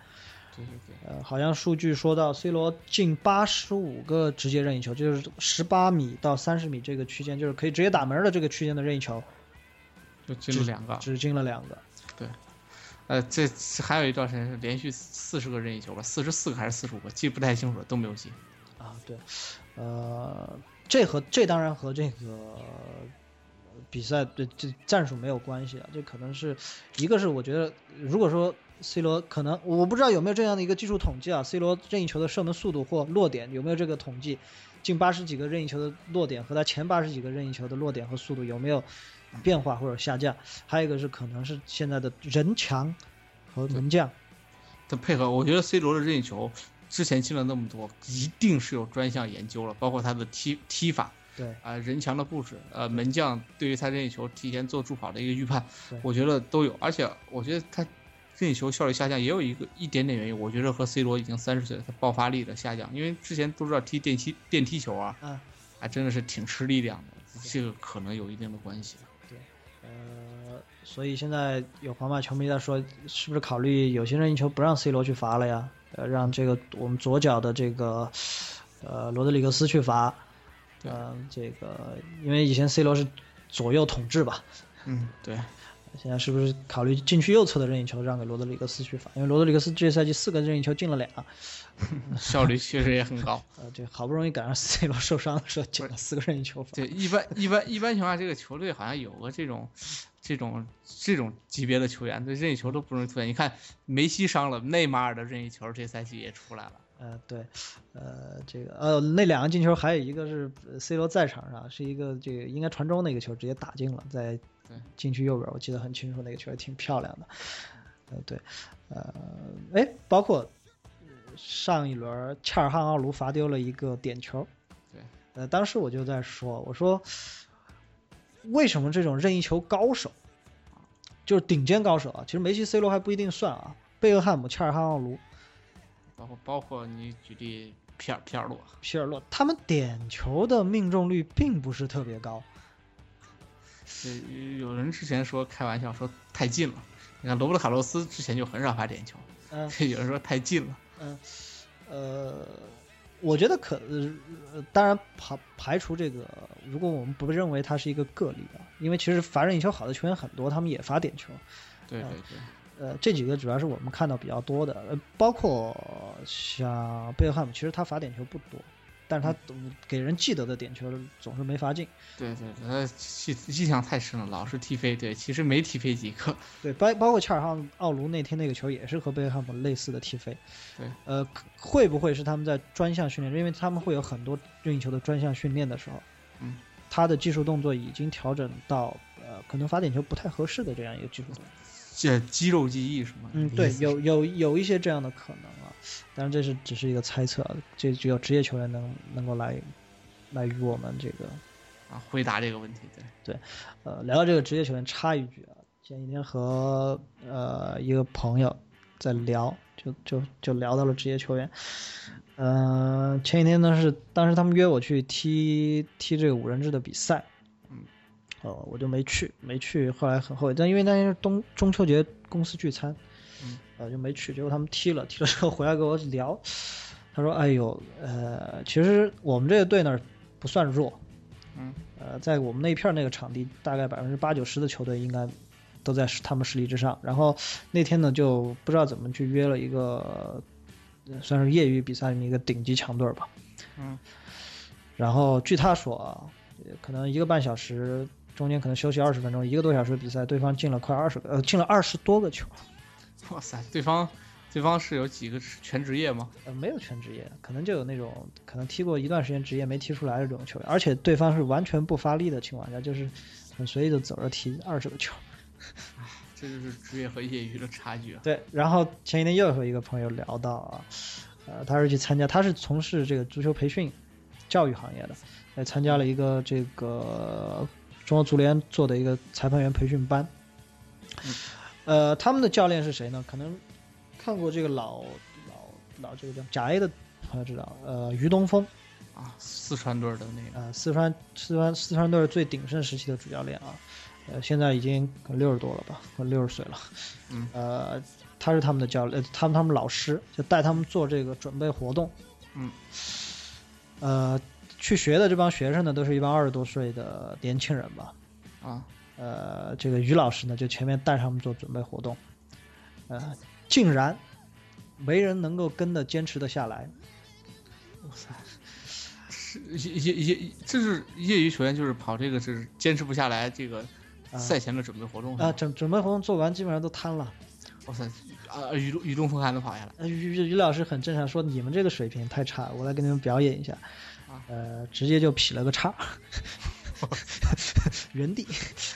B: 对对对，
A: 呃，好像数据说到 C 罗进八十五个直接任意球，就是十八米到三十米这个区间，就是可以直接打门的这个区间的任意球，
B: 就进了两个，
A: 只进了两个。
B: 呃，这这还有一段时间是连续四十个任意球吧，四十四个还是四十五个，记不太清楚了，都没有进。
A: 啊，对，呃，这和这当然和这个比赛的这战术没有关系啊，这可能是一个是我觉得，如果说 C 罗可能我不知道有没有这样的一个技术统计啊，C 罗任意球的射门速度或落点有没有这个统计，近八十几个任意球的落点和他前八十几个任意球的落点和速度有没有变化或者下降，还有一个是可能是现在的人墙和门将，
B: 的配合，我觉得 C 罗的任意球之前进了那么多，一定是有专项研究了，包括他的踢踢法。
A: 对
B: 啊、人墙的布置，呃，门将对于他任意球提前做助跑的一个预判
A: 对，
B: 我觉得都有。而且我觉得他任意球效率下降也有一个一点点原因，我觉得和 C 罗已经三十岁了，他爆发力的下降，因为之前都知道踢电梯电梯球啊，
A: 嗯
B: 还真的是挺吃力量的，这个可能有一定的关系。
A: 呃，所以现在有皇马球迷在说，是不是考虑有些任意球不让 C 罗去罚了呀？呃，让这个我们左脚的这个呃罗德里格斯去罚。
B: 对
A: 呃，这个因为以前 C 罗是左右统治吧，
B: 嗯，对，
A: 现在是不是考虑禁区右侧的任意球让给罗德里格斯去罚？因为罗德里格斯这赛季四个任意球进了俩，
B: (laughs) 效率确实也很高。
A: 呃，这好不容易赶上 (laughs) C 罗受伤的时候进了四个任意球罚。
B: 对，一般一般一般情况下，这个球队好像有个这种，这种这种级别的球员，对任意球都不容易出现。你看梅西伤了，内马尔的任意球这赛季也出来了。
A: 呃，对，呃，这个呃，那两个进球还有一个是呃 C 罗在场上是一个这个应该传中的一个球，直接打进了，在
B: 对
A: 禁区右边，我记得很清楚，那个球也挺漂亮的。呃，对，呃，哎，包括呃上一轮恰尔汗奥卢罚丢了一个点球，
B: 对，
A: 呃，当时我就在说，我说为什么这种任意球高手，就是顶尖高手啊，其实梅西、C 罗还不一定算啊，贝克汉姆、恰尔汗奥卢。
B: 包括包括你举例皮尔皮尔洛，
A: 皮尔洛，他们点球的命中率并不是特别高。
B: 呃有人之前说开玩笑说太近了。你看罗伯特卡洛斯之前就很少罚点球，
A: 嗯、
B: 有人说太近了。
A: 呃，我觉得可，呃呃当然排排除这个，如果我们不认为他是一个个例啊，因为其实罚任意球好的球员很多，他们也罚点球。
B: 对对对，
A: 呃，这几个主要是我们看到比较多的，呃，包括像贝克汉姆，其实他罚点球不多，但是他给人记得的点球总是没罚进。
B: 对对，他印印象太深了，老是踢飞。对，其实没踢飞几个。
A: 对，包包括恰尔汗奥卢那天那个球也是和贝克汉姆类似的踢飞。
B: 对，
A: 呃，可会不会是他们在专项训练？因为他们会有很多任意球的专项训练的时候，
B: 嗯，
A: 他的技术动作已经调整到呃，可能罚点球不太合适的这样一个技术动作。
B: 这肌肉记忆是吗？
A: 嗯，
B: 你的意
A: 对，
B: 思是
A: 有有有一些这样的可能啊，当然这是只是一个猜测，这只有职业球员能能够来来与我们这个
B: 啊，回答这个问题，对。
A: 呃，聊到这个职业球员，插一句啊，前几天和呃一个朋友在聊，就就就聊到了职业球员。嗯、前几天呢是当时他们约我去踢踢这个五人制的比赛，
B: 嗯，
A: 哦、我就没去，没去，后来很后悔，但因为那天是冬中秋节公司聚餐，
B: 嗯，
A: 呃就没去，结果他们踢了，踢了之后回来跟我聊，他说：“哎呦，呃，其实我们这个队呢不算弱，
B: 嗯，
A: 呃，在我们那一片儿那个场地，大概百分之八九十的球队应该都在他们实力之上。然后那天呢，就不知道怎么去约了一个，呃算是业余比赛里面一个顶级强队儿吧。
B: 嗯，
A: 然后据他说啊，呃可能一个半小时中间可能休息二十分钟，一个多小时比赛，对方进了快二十个，呃，进了二十多个球，
B: (laughs) 哇塞，对方对方是有几个是全职业吗？
A: 呃，没有全职业，可能就有那种可能踢过一段时间职业没踢出来的这种球员，而且对方是完全不发力的情况下，就是很随意的走着踢二十个球。
B: 这就是职业和业余的差距啊。
A: 对，然后前几天又和一个朋友聊到啊，呃，他是去参加，他是从事这个足球培训、教育行业的，呃，参加了一个这个中国足联做的一个裁判员培训班。
B: 嗯
A: 呃，他们的教练是谁呢？可能看过这个老老老这个叫甲 A 的朋友知道，呃，于东风，
B: 啊，四川队的那个，
A: 呃，四川四川四川队最鼎盛时期的主教练啊，呃，现在已经六十多了吧，快六十岁了。
B: 嗯，
A: 呃，他是他们的教练，呃他们他们老师就带他们做这个准备活动。
B: 嗯，
A: 呃，去学的这帮学生呢，都是一帮二十多岁的年轻人吧。
B: 啊，
A: 呃，这个于老师呢，就前面带他们做准备活动，呃，竟然没人能够跟的坚持的下来。
B: 哇塞，是业业业，这是业余球员，就是跑这个是坚持不下来这个
A: 啊
B: 赛前的准备活动
A: 啊，
B: 是吧
A: 准准备活动做完，基本上都瘫了。
B: 哇塞，啊，雨中雨中风还能跑下来，
A: 呃，于于于老师很正常说你们这个水平太差，我来给你们表演一下
B: 啊，
A: 呃，直接就劈了个
B: (laughs)
A: 叉，原地。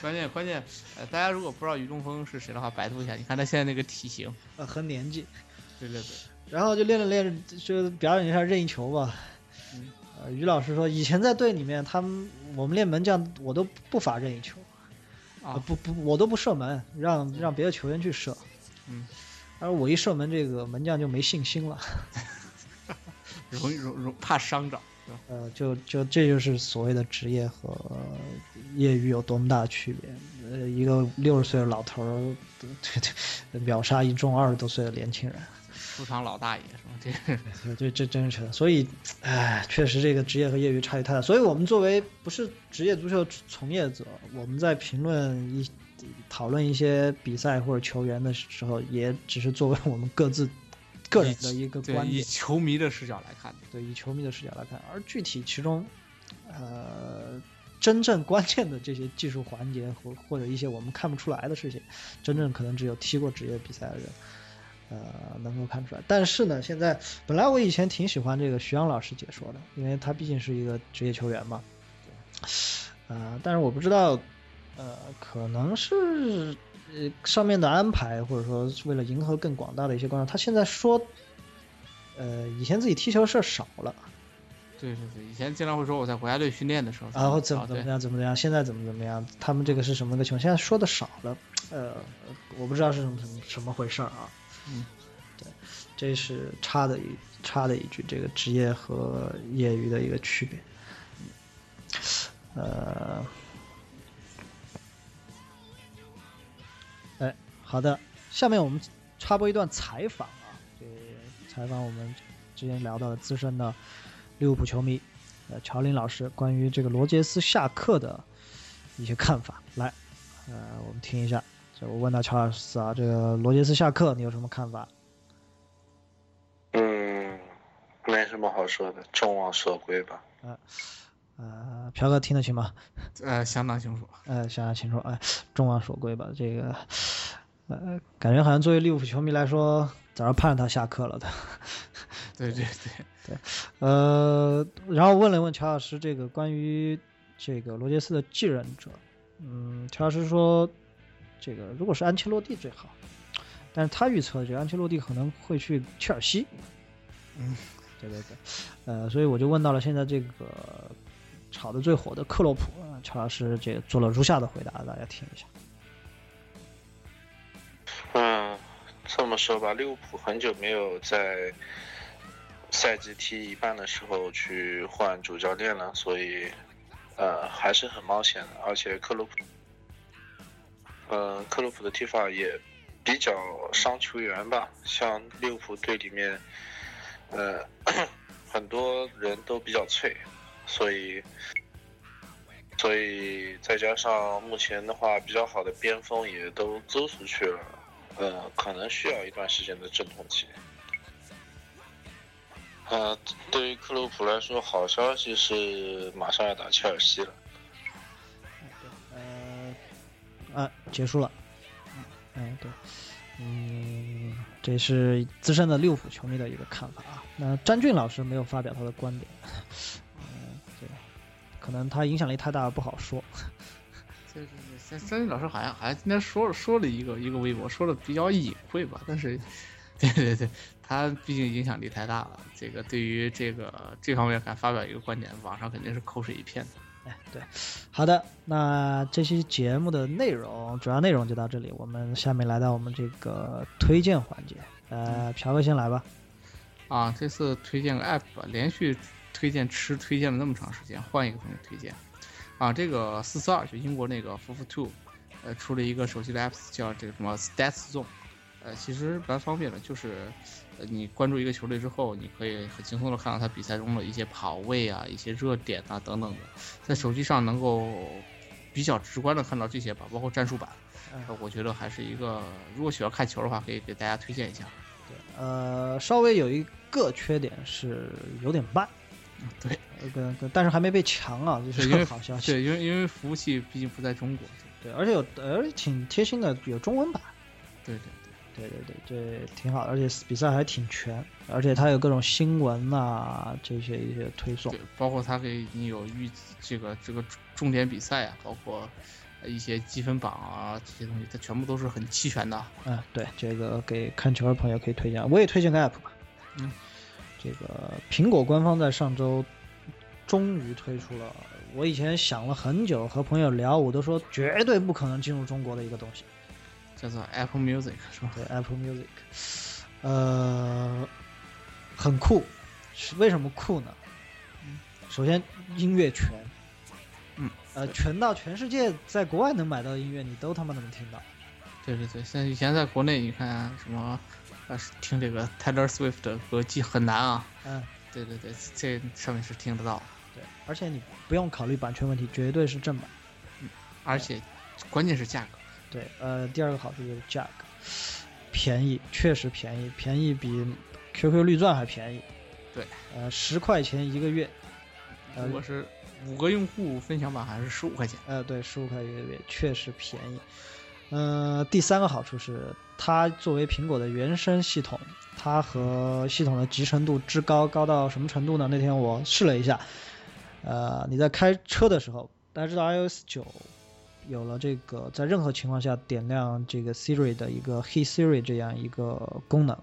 B: 关键关键，呃，大家如果不知道于中锋是谁的话，百度一下，你看他现在那个体型，
A: 呃，和年纪，
B: 对对对，
A: 然后就练了练，就表演一下任意球吧
B: 嗯。
A: 呃，于老师说，以前在队里面，他们我们练门将，我都不罚任意球，呃
B: 啊，
A: 不不，我都不射门，让让别的球员去射。
B: 嗯，
A: 而我一射门，这个门将就没信心了。
B: 容易容容怕伤着，是吧？
A: 呃，就就这就是所谓的职业和业余有多么大的区别。呃，一个六十岁的老头儿，对对，秒杀一众二十多岁的年轻人。
B: 出场老大爷是吧？这
A: 这这真是，所以，唉，确实这个职业和业余差距太大。所以我们作为不是职业足球从业者，我们在评论一讨论一些比赛或者球员的时候，也只是作为我们各自个人的一个观
B: 对以
A: 点，
B: 球迷的视角来看，
A: 对以球迷的视角来看。而具体其中，呃，真正关键的这些技术环节或或者一些我们看不出来的事情，真正可能只有踢过职业比赛的人呃，能够看出来。但是呢，现在本来我以前挺喜欢这个徐阳老师解说的，因为他毕竟是一个职业球员嘛。呃，但是我不知道，呃，可能是呃上面的安排，或者说是为了迎合更广大的一些观众，他现在说，呃，以前自己踢球事儿少了，
B: 对对对，以前经常会说我在国家队训练的时候，
A: 然后啊怎么怎
B: 啊对
A: 么样怎么怎么样，现在怎么怎么样，他们这个是什么个情况？现在说的少了，呃，我不知道是什么什么什么回事儿啊。
B: 嗯，
A: 对，这是插的一插的一句，这个职业和业余的一个区别。呃，哎，好的，下面我们插播一段采访啊，这采访我们之前聊到的资深的利物浦球迷，呃，乔林老师关于这个罗杰斯下课的一些看法。来，呃，我们听一下。这我问到乔尔斯啊，这个罗杰斯下课你有什么看法？
C: 嗯，没什么好说的，众望所归吧。
A: 呃，朴哥听得清吗？
B: 呃，相当清楚。
A: 呃，想想清楚，哎，众望所归吧。这个，呃，感觉好像作为利物浦球迷来说，早上盼着他下课了的。
B: 对对对，
A: 呃，然后问了问乔老师这个关于这个罗杰斯的继任者，嗯，乔老师说，这个如果是安切洛蒂最好，但是他预测这个安切洛蒂可能会去切尔西，
B: 嗯，
A: 对对对，呃，所以我就问到了现在这个炒得最火的克洛普，啊乔老师这个做了如下的回答，大家听一下。
C: 嗯，这么说吧，利物浦很久没有在赛季踢一半的时候去换主教练了，所以呃还是很冒险的。而且克洛普，嗯、克洛普的踢法也比较伤球员吧，像利物浦队里面，呃很多人都比较脆，所以。所以再加上目前的话，比较好的边锋也都租出去了，呃，可能需要一段时间的阵痛期。呃，对于克洛普来说，好消息是马上要打切尔西了。
A: 呃，啊，结束了。嗯，对，嗯，这是资深的利物浦球迷的一个看法啊。那詹俊老师没有发表他的观点，嗯，对，可能他影响力太大，不好说。
B: 这这这，张军老师好像好像今天说说了一个一个微博，说的比较隐晦吧，但是， (laughs) 对对对，他毕竟影响力太大了，这个对于这个这方面敢发表一个观点，网上肯定是口水一片的。
A: 哎，对，好的，那这期节目的内容，主要内容就到这里。我们下面来到我们这个推荐环节，呃，朴哥先来吧。
B: 啊，这次推荐个 app 吧，连续推荐吃推荐了那么长时间，换一个东西推荐。啊，这个四四二就英国那个 f o f Two，呃，出了一个手机的 app 叫这个什么 Stats Zone，呃，其实蛮方便的，就是呃你关注一个球队之后，你可以很轻松的看到他比赛中的一些跑位啊、一些热点啊等等的，在手机上能够比较直观的看到这些吧，包括战术板。呃我觉得还是一个，如果喜欢看球的话，可以给大家推荐一下。
A: 呃，稍微有一个缺点是有点慢，
B: 啊对。
A: 呃，跟跟，但是还没被强啊，这
B: (laughs)
A: 是
B: 对因为
A: 个好消息。
B: 对，因为因为服务器毕竟不在中国，
A: 对，而且有，而且挺贴心的，有中文版。
B: 对对
A: 对对对，这挺好的，而且比赛还挺全，而且它有各种新闻呐、这些一些推送
B: 对，。包括它给你有预这个这个重点比赛啊，包括呃一些积分榜啊这些东西，它全部都是很齐全的。
A: 嗯，对，这个给看球的朋友可以推荐，我也推荐个 app 吧。
B: 嗯，
A: 这个苹果官方在上周终于推出了，我以前想了很久，和朋友聊，我都说绝对不可能进入中国的一个东西。
B: 叫做 Apple Music 是吧？ (laughs)
A: 对 Apple Music，呃，很酷，是为什么酷呢？首先音乐全，
B: 嗯，
A: 呃，全到全世界在国外能买到的音乐，你都他妈能听到。
B: 对对对，现在以前在国内，你看啊什么，呃，听这个 Taylor Swift 的歌记很难啊。
A: 嗯，
B: 对对对，这上面是听得到的，
A: 对，而且你不用考虑版权问题，绝对是正版。
B: 而且关键是价格。
A: 对，呃，第二个好处就是 Jack，便宜，确实便宜，便宜比 QQ 绿钻还便宜。
B: 对，
A: 呃，十块钱一个月，呃
B: 如果是五个用户分享版，还是十五块钱。
A: 呃，对，十五块一个月确实便宜。呃，第三个好处是，它作为苹果的原生系统，它和系统的集成度之高，高到什么程度呢？那天我试了一下，呃，你在开车的时候，大家知道 iOS 九有了这个在任何情况下点亮这个 Siri 的一个 Hey Siri 这样一个功能。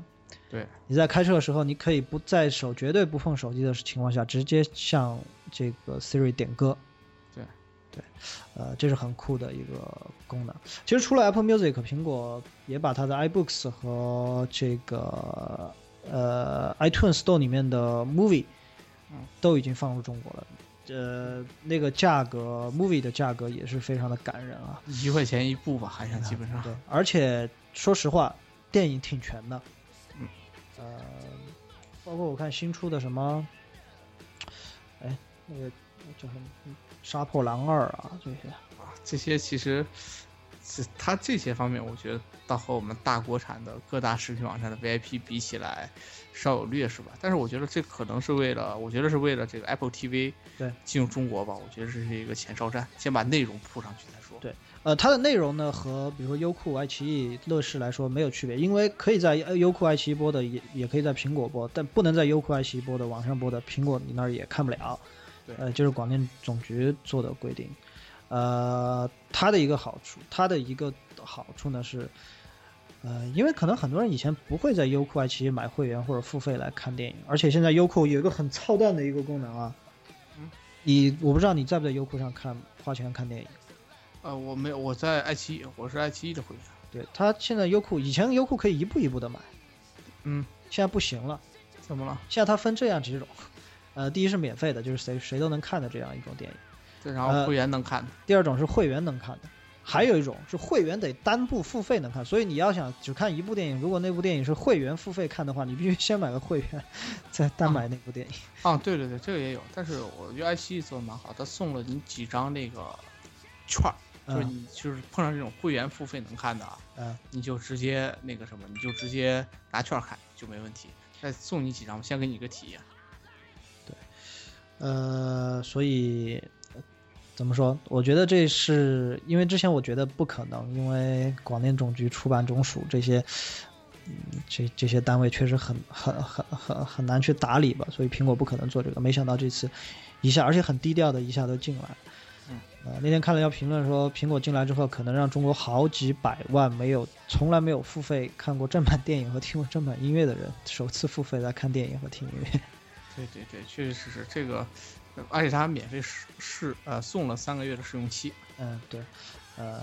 B: 对，
A: 你在开车的时候，你可以不在手绝对不碰手机的情况下，直接向这个 Siri 点歌。
B: 对，
A: 对，呃，这是很酷的一个功能。其实除了 Apple Music，苹果也把它的 iBooks 和这个呃 iTunes Store 里面的 Movie
B: 嗯
A: 都已经放入中国了。呃，那个价格，Movie 的价格也是非常的感人啊。
B: 一块钱一部吧，好像基本上。
A: 对，而且说实话，电影挺全的，
B: 嗯，
A: 呃，包括我看新出的什么，哎，那个叫什么《杀破狼二》啊，这些，
B: 啊这些其实，这它这些方面，我觉得倒和我们大国产的各大视频网站的 VIP 比起来，稍有劣势吧。但是我觉得这可能是为了，我觉得是为了这个 Apple TV
A: 对
B: 进入中国吧。我觉得这是一个前哨战，先把内容铺上去再说。
A: 对呃，它的内容呢和比如说优酷、爱奇艺、乐视来说没有区别，因为可以在呃优酷、爱奇艺播的也，也可以在苹果播，但不能在优酷、爱奇艺播的网上播的，苹果你那儿也看不了。
B: 对
A: 呃，这是广电总局做的规定。呃，它的一个好处，它的一个好处呢是，呃，因为可能很多人以前不会在优酷、爱奇艺买会员或者付费来看电影，而且现在优酷有一个很操蛋的一个功能啊
B: 嗯，
A: 你我不知道你在不在优酷上看花钱看电影。
B: 呃，我没有，我在爱奇艺，我是爱奇艺的会员。
A: 对他现在优酷，以前优酷可以一步一步的买，
B: 嗯，
A: 现在不行了。
B: 怎么了？
A: 现在它分这样几种，呃，第一是免费的，就是谁谁都能看的这样一种电影；
B: 对，然后
A: 呃
B: 会员能看的。
A: 第二种是会员能看的，还有一种是会员得单部付费能看。所以你要想只看一部电影，如果那部电影是会员付费看的话，你必须先买个会员，再单买那部电影。
B: 啊，对对对，这个也有，但是我觉得爱奇艺做的蛮好，他送了你几张那个券儿，就是
A: 嗯
B: 你就是碰上这种会员付费能看的啊，
A: 嗯，
B: 你就直接那个什么，你就直接拿券儿看就没问题。再送你几张，先给你一个体验。
A: 呃，所以呃怎么说？我觉得这是因为之前我觉得不可能，因为广电总局、出版总署这些，嗯，这这些单位确实很很很很很难去打理吧，所以苹果不可能做这个。没想到这次一下，而且很低调的，一下都进来了。
B: 嗯
A: 呃，那天看了一条评论说，苹果进来之后，可能让中国好几百万没有从来没有付费看过正版电影和听过正版音乐的人，首次付费来看电影和听音乐。
B: 对对对，确确实实这个，呃而且他还免费试试呃送了三个月的试用期。
A: 嗯，对，呃，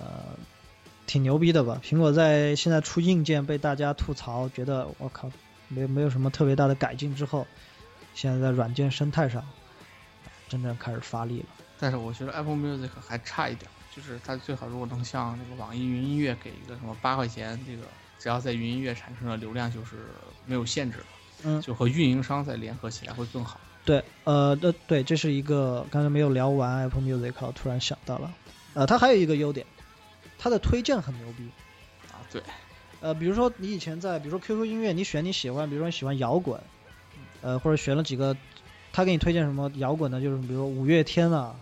A: 挺牛逼的吧？苹果在现在出硬件被大家吐槽，觉得我靠，没没有什么特别大的改进之后，现在在软件生态上真正开始发力了。
B: 但是我觉得 Apple Music 还差一点儿，就是它最好如果能像这个网易云音乐给一个什么八块钱，这个只要在云音乐产生的流量就是没有限制的，
A: 嗯
B: 就和运营商再联合起来会更好。
A: 对，呃，对对，这是一个刚才没有聊完 Apple Music，我突然想到了，呃，它还有一个优点，它的推荐很牛逼。
B: 啊，对，
A: 呃，比如说你以前在，比如说 QQ 音乐，你选你喜欢，比如说你喜欢摇滚，呃，或者选了几个，他给你推荐什么摇滚的，就是比如说五月天啊，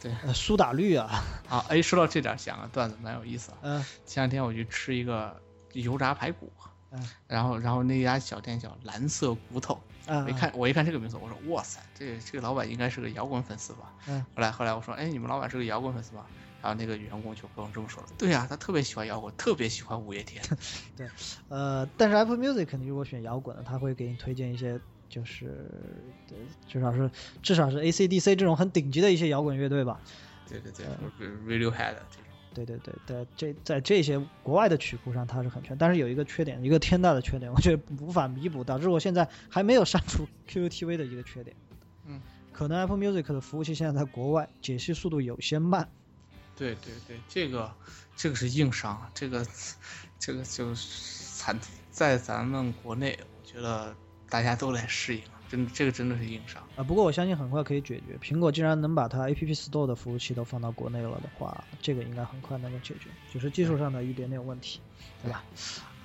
B: 对
A: 呃，苏打绿啊，
B: 啊，哎，说到这点儿，想个段子蛮有意思啊。 (laughs)
A: 嗯、
B: 前两天我去吃一个油炸排骨，
A: 嗯
B: 然后然后那家小店叫蓝色骨头，
A: 啊，
B: 我一看我一看这个名字，我说哇塞，这这个老板应该是个摇滚粉丝吧？
A: 嗯
B: 后来后来我说，哎，你们老板是个摇滚粉丝吧？然后那个员工就跟我这么说了，对呀、他特别喜欢摇滚，特别喜欢五月
A: (laughs)
B: 天。
A: 呃，但是 Apple Music 你如果选摇滚的，他会给你推荐一些。就是，呃至少是至少是 AC/DC 这种很顶级的一些摇滚乐队吧。
B: 对对对，比如 Radiohead 这种。
A: 对对对，在这在这些国外的曲库上它是很全，但是有一个缺点，一个天大的 (laughs) 缺点，我觉得无法弥补，导致我现在还没有删除 QQTV 的一个缺点。
B: 嗯，
A: 可能 Apple Music 的服务器现在在国外，解析速度有些慢。
B: 对对对，这个这个是硬伤，啊这个这个就是惨，在咱们国内，我觉得大家都来适应，啊真这个真的是硬伤。
A: 啊，不过我相信很快可以解决。苹果既然能把它 App Store 的服务器都放到国内了的话，这个应该很快能够解决，就是技术上的一点点问题，对吧？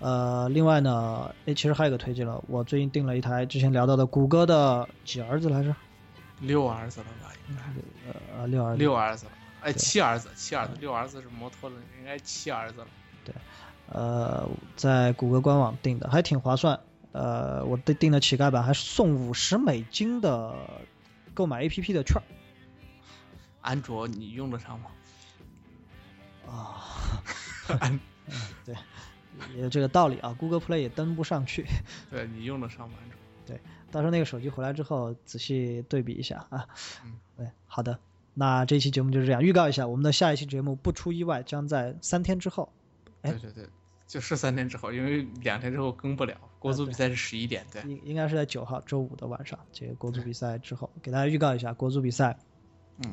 A: 呃，另外呢，诶，其实还有一个推荐了，我最近订了一台之前聊到的谷歌的几儿子来着？
B: 六儿子了吧？应该
A: 呃，六儿子。
B: 六儿子了，哎，七儿子，七儿子，六儿子是摩托的，应该七儿子了。
A: 呃，在谷歌官网订的，还挺划算。呃，我订订的乞丐版还送五十美金的购买 APP 的券儿
B: 安卓你用得上吗？
A: 啊、嗯对，也有这个道理啊。Google Play 也登不上去，
B: 对你用得上吗？安卓？
A: 到时候那个手机回来之后仔细对比一下啊
B: 嗯。
A: 对，好的，那这期节目就是这样。预告一下，我们的下一期节目不出意外将在三天之后。哎
B: 对对对，就是三天之后，因为两天之后更不了。国足
A: 对
B: 比赛是十一点，对，
A: 应应该是在九号周五的晚上，这个国足比赛之后，给大家预告一下，国足比赛
B: 嗯，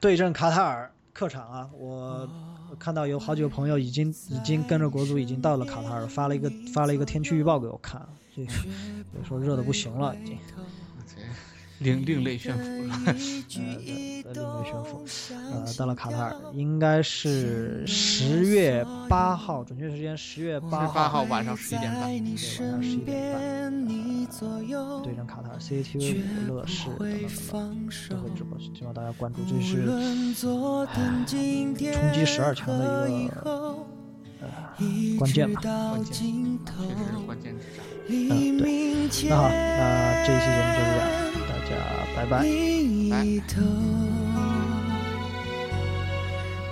A: 对阵卡塔尔客场啊，我我看到有好几个朋友已经已经跟着国足已经到了卡塔尔，发了一个发了一个天气预报给我看，啊这个有时候热的不行了，已经
B: 这另另类炫富了。
A: 呃呃另类炫富，呃到了卡塔尔应该是十月八号，准确时间十月八号
B: 八号晚上十一点半，
A: 对晚上十一点半，呃对阵卡塔尔，CCTV
D: (laughs)
A: 五、乐视等等等等都会直播，希望大家关注，这是冲击十二强的一个呃关键吧。
B: 关键，确实是关键之战。
A: 嗯，对，那好，那这一期节目就是这样，大家拜拜。
D: 另一头，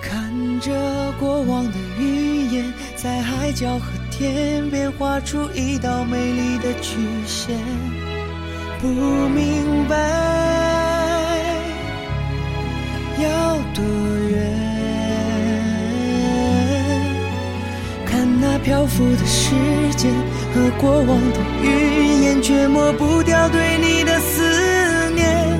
D: 看着过往的云烟，在海角和天边画出一道美丽的曲线。不明白要多远。看那漂浮的时间和过往的云烟，却抹不掉对你的思念。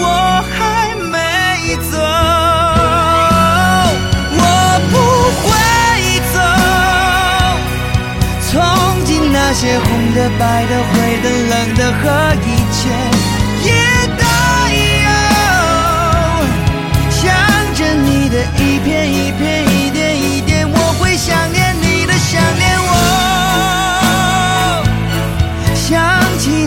D: 我还没走，我不会走，从今那些红的、白的、灰的、冷的和一切也都有。想着你的一片一片一点一点，我会想念你的想念我。想起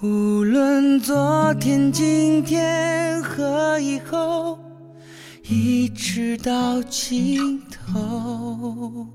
D: 无论昨天、今天和以后，一直到尽头。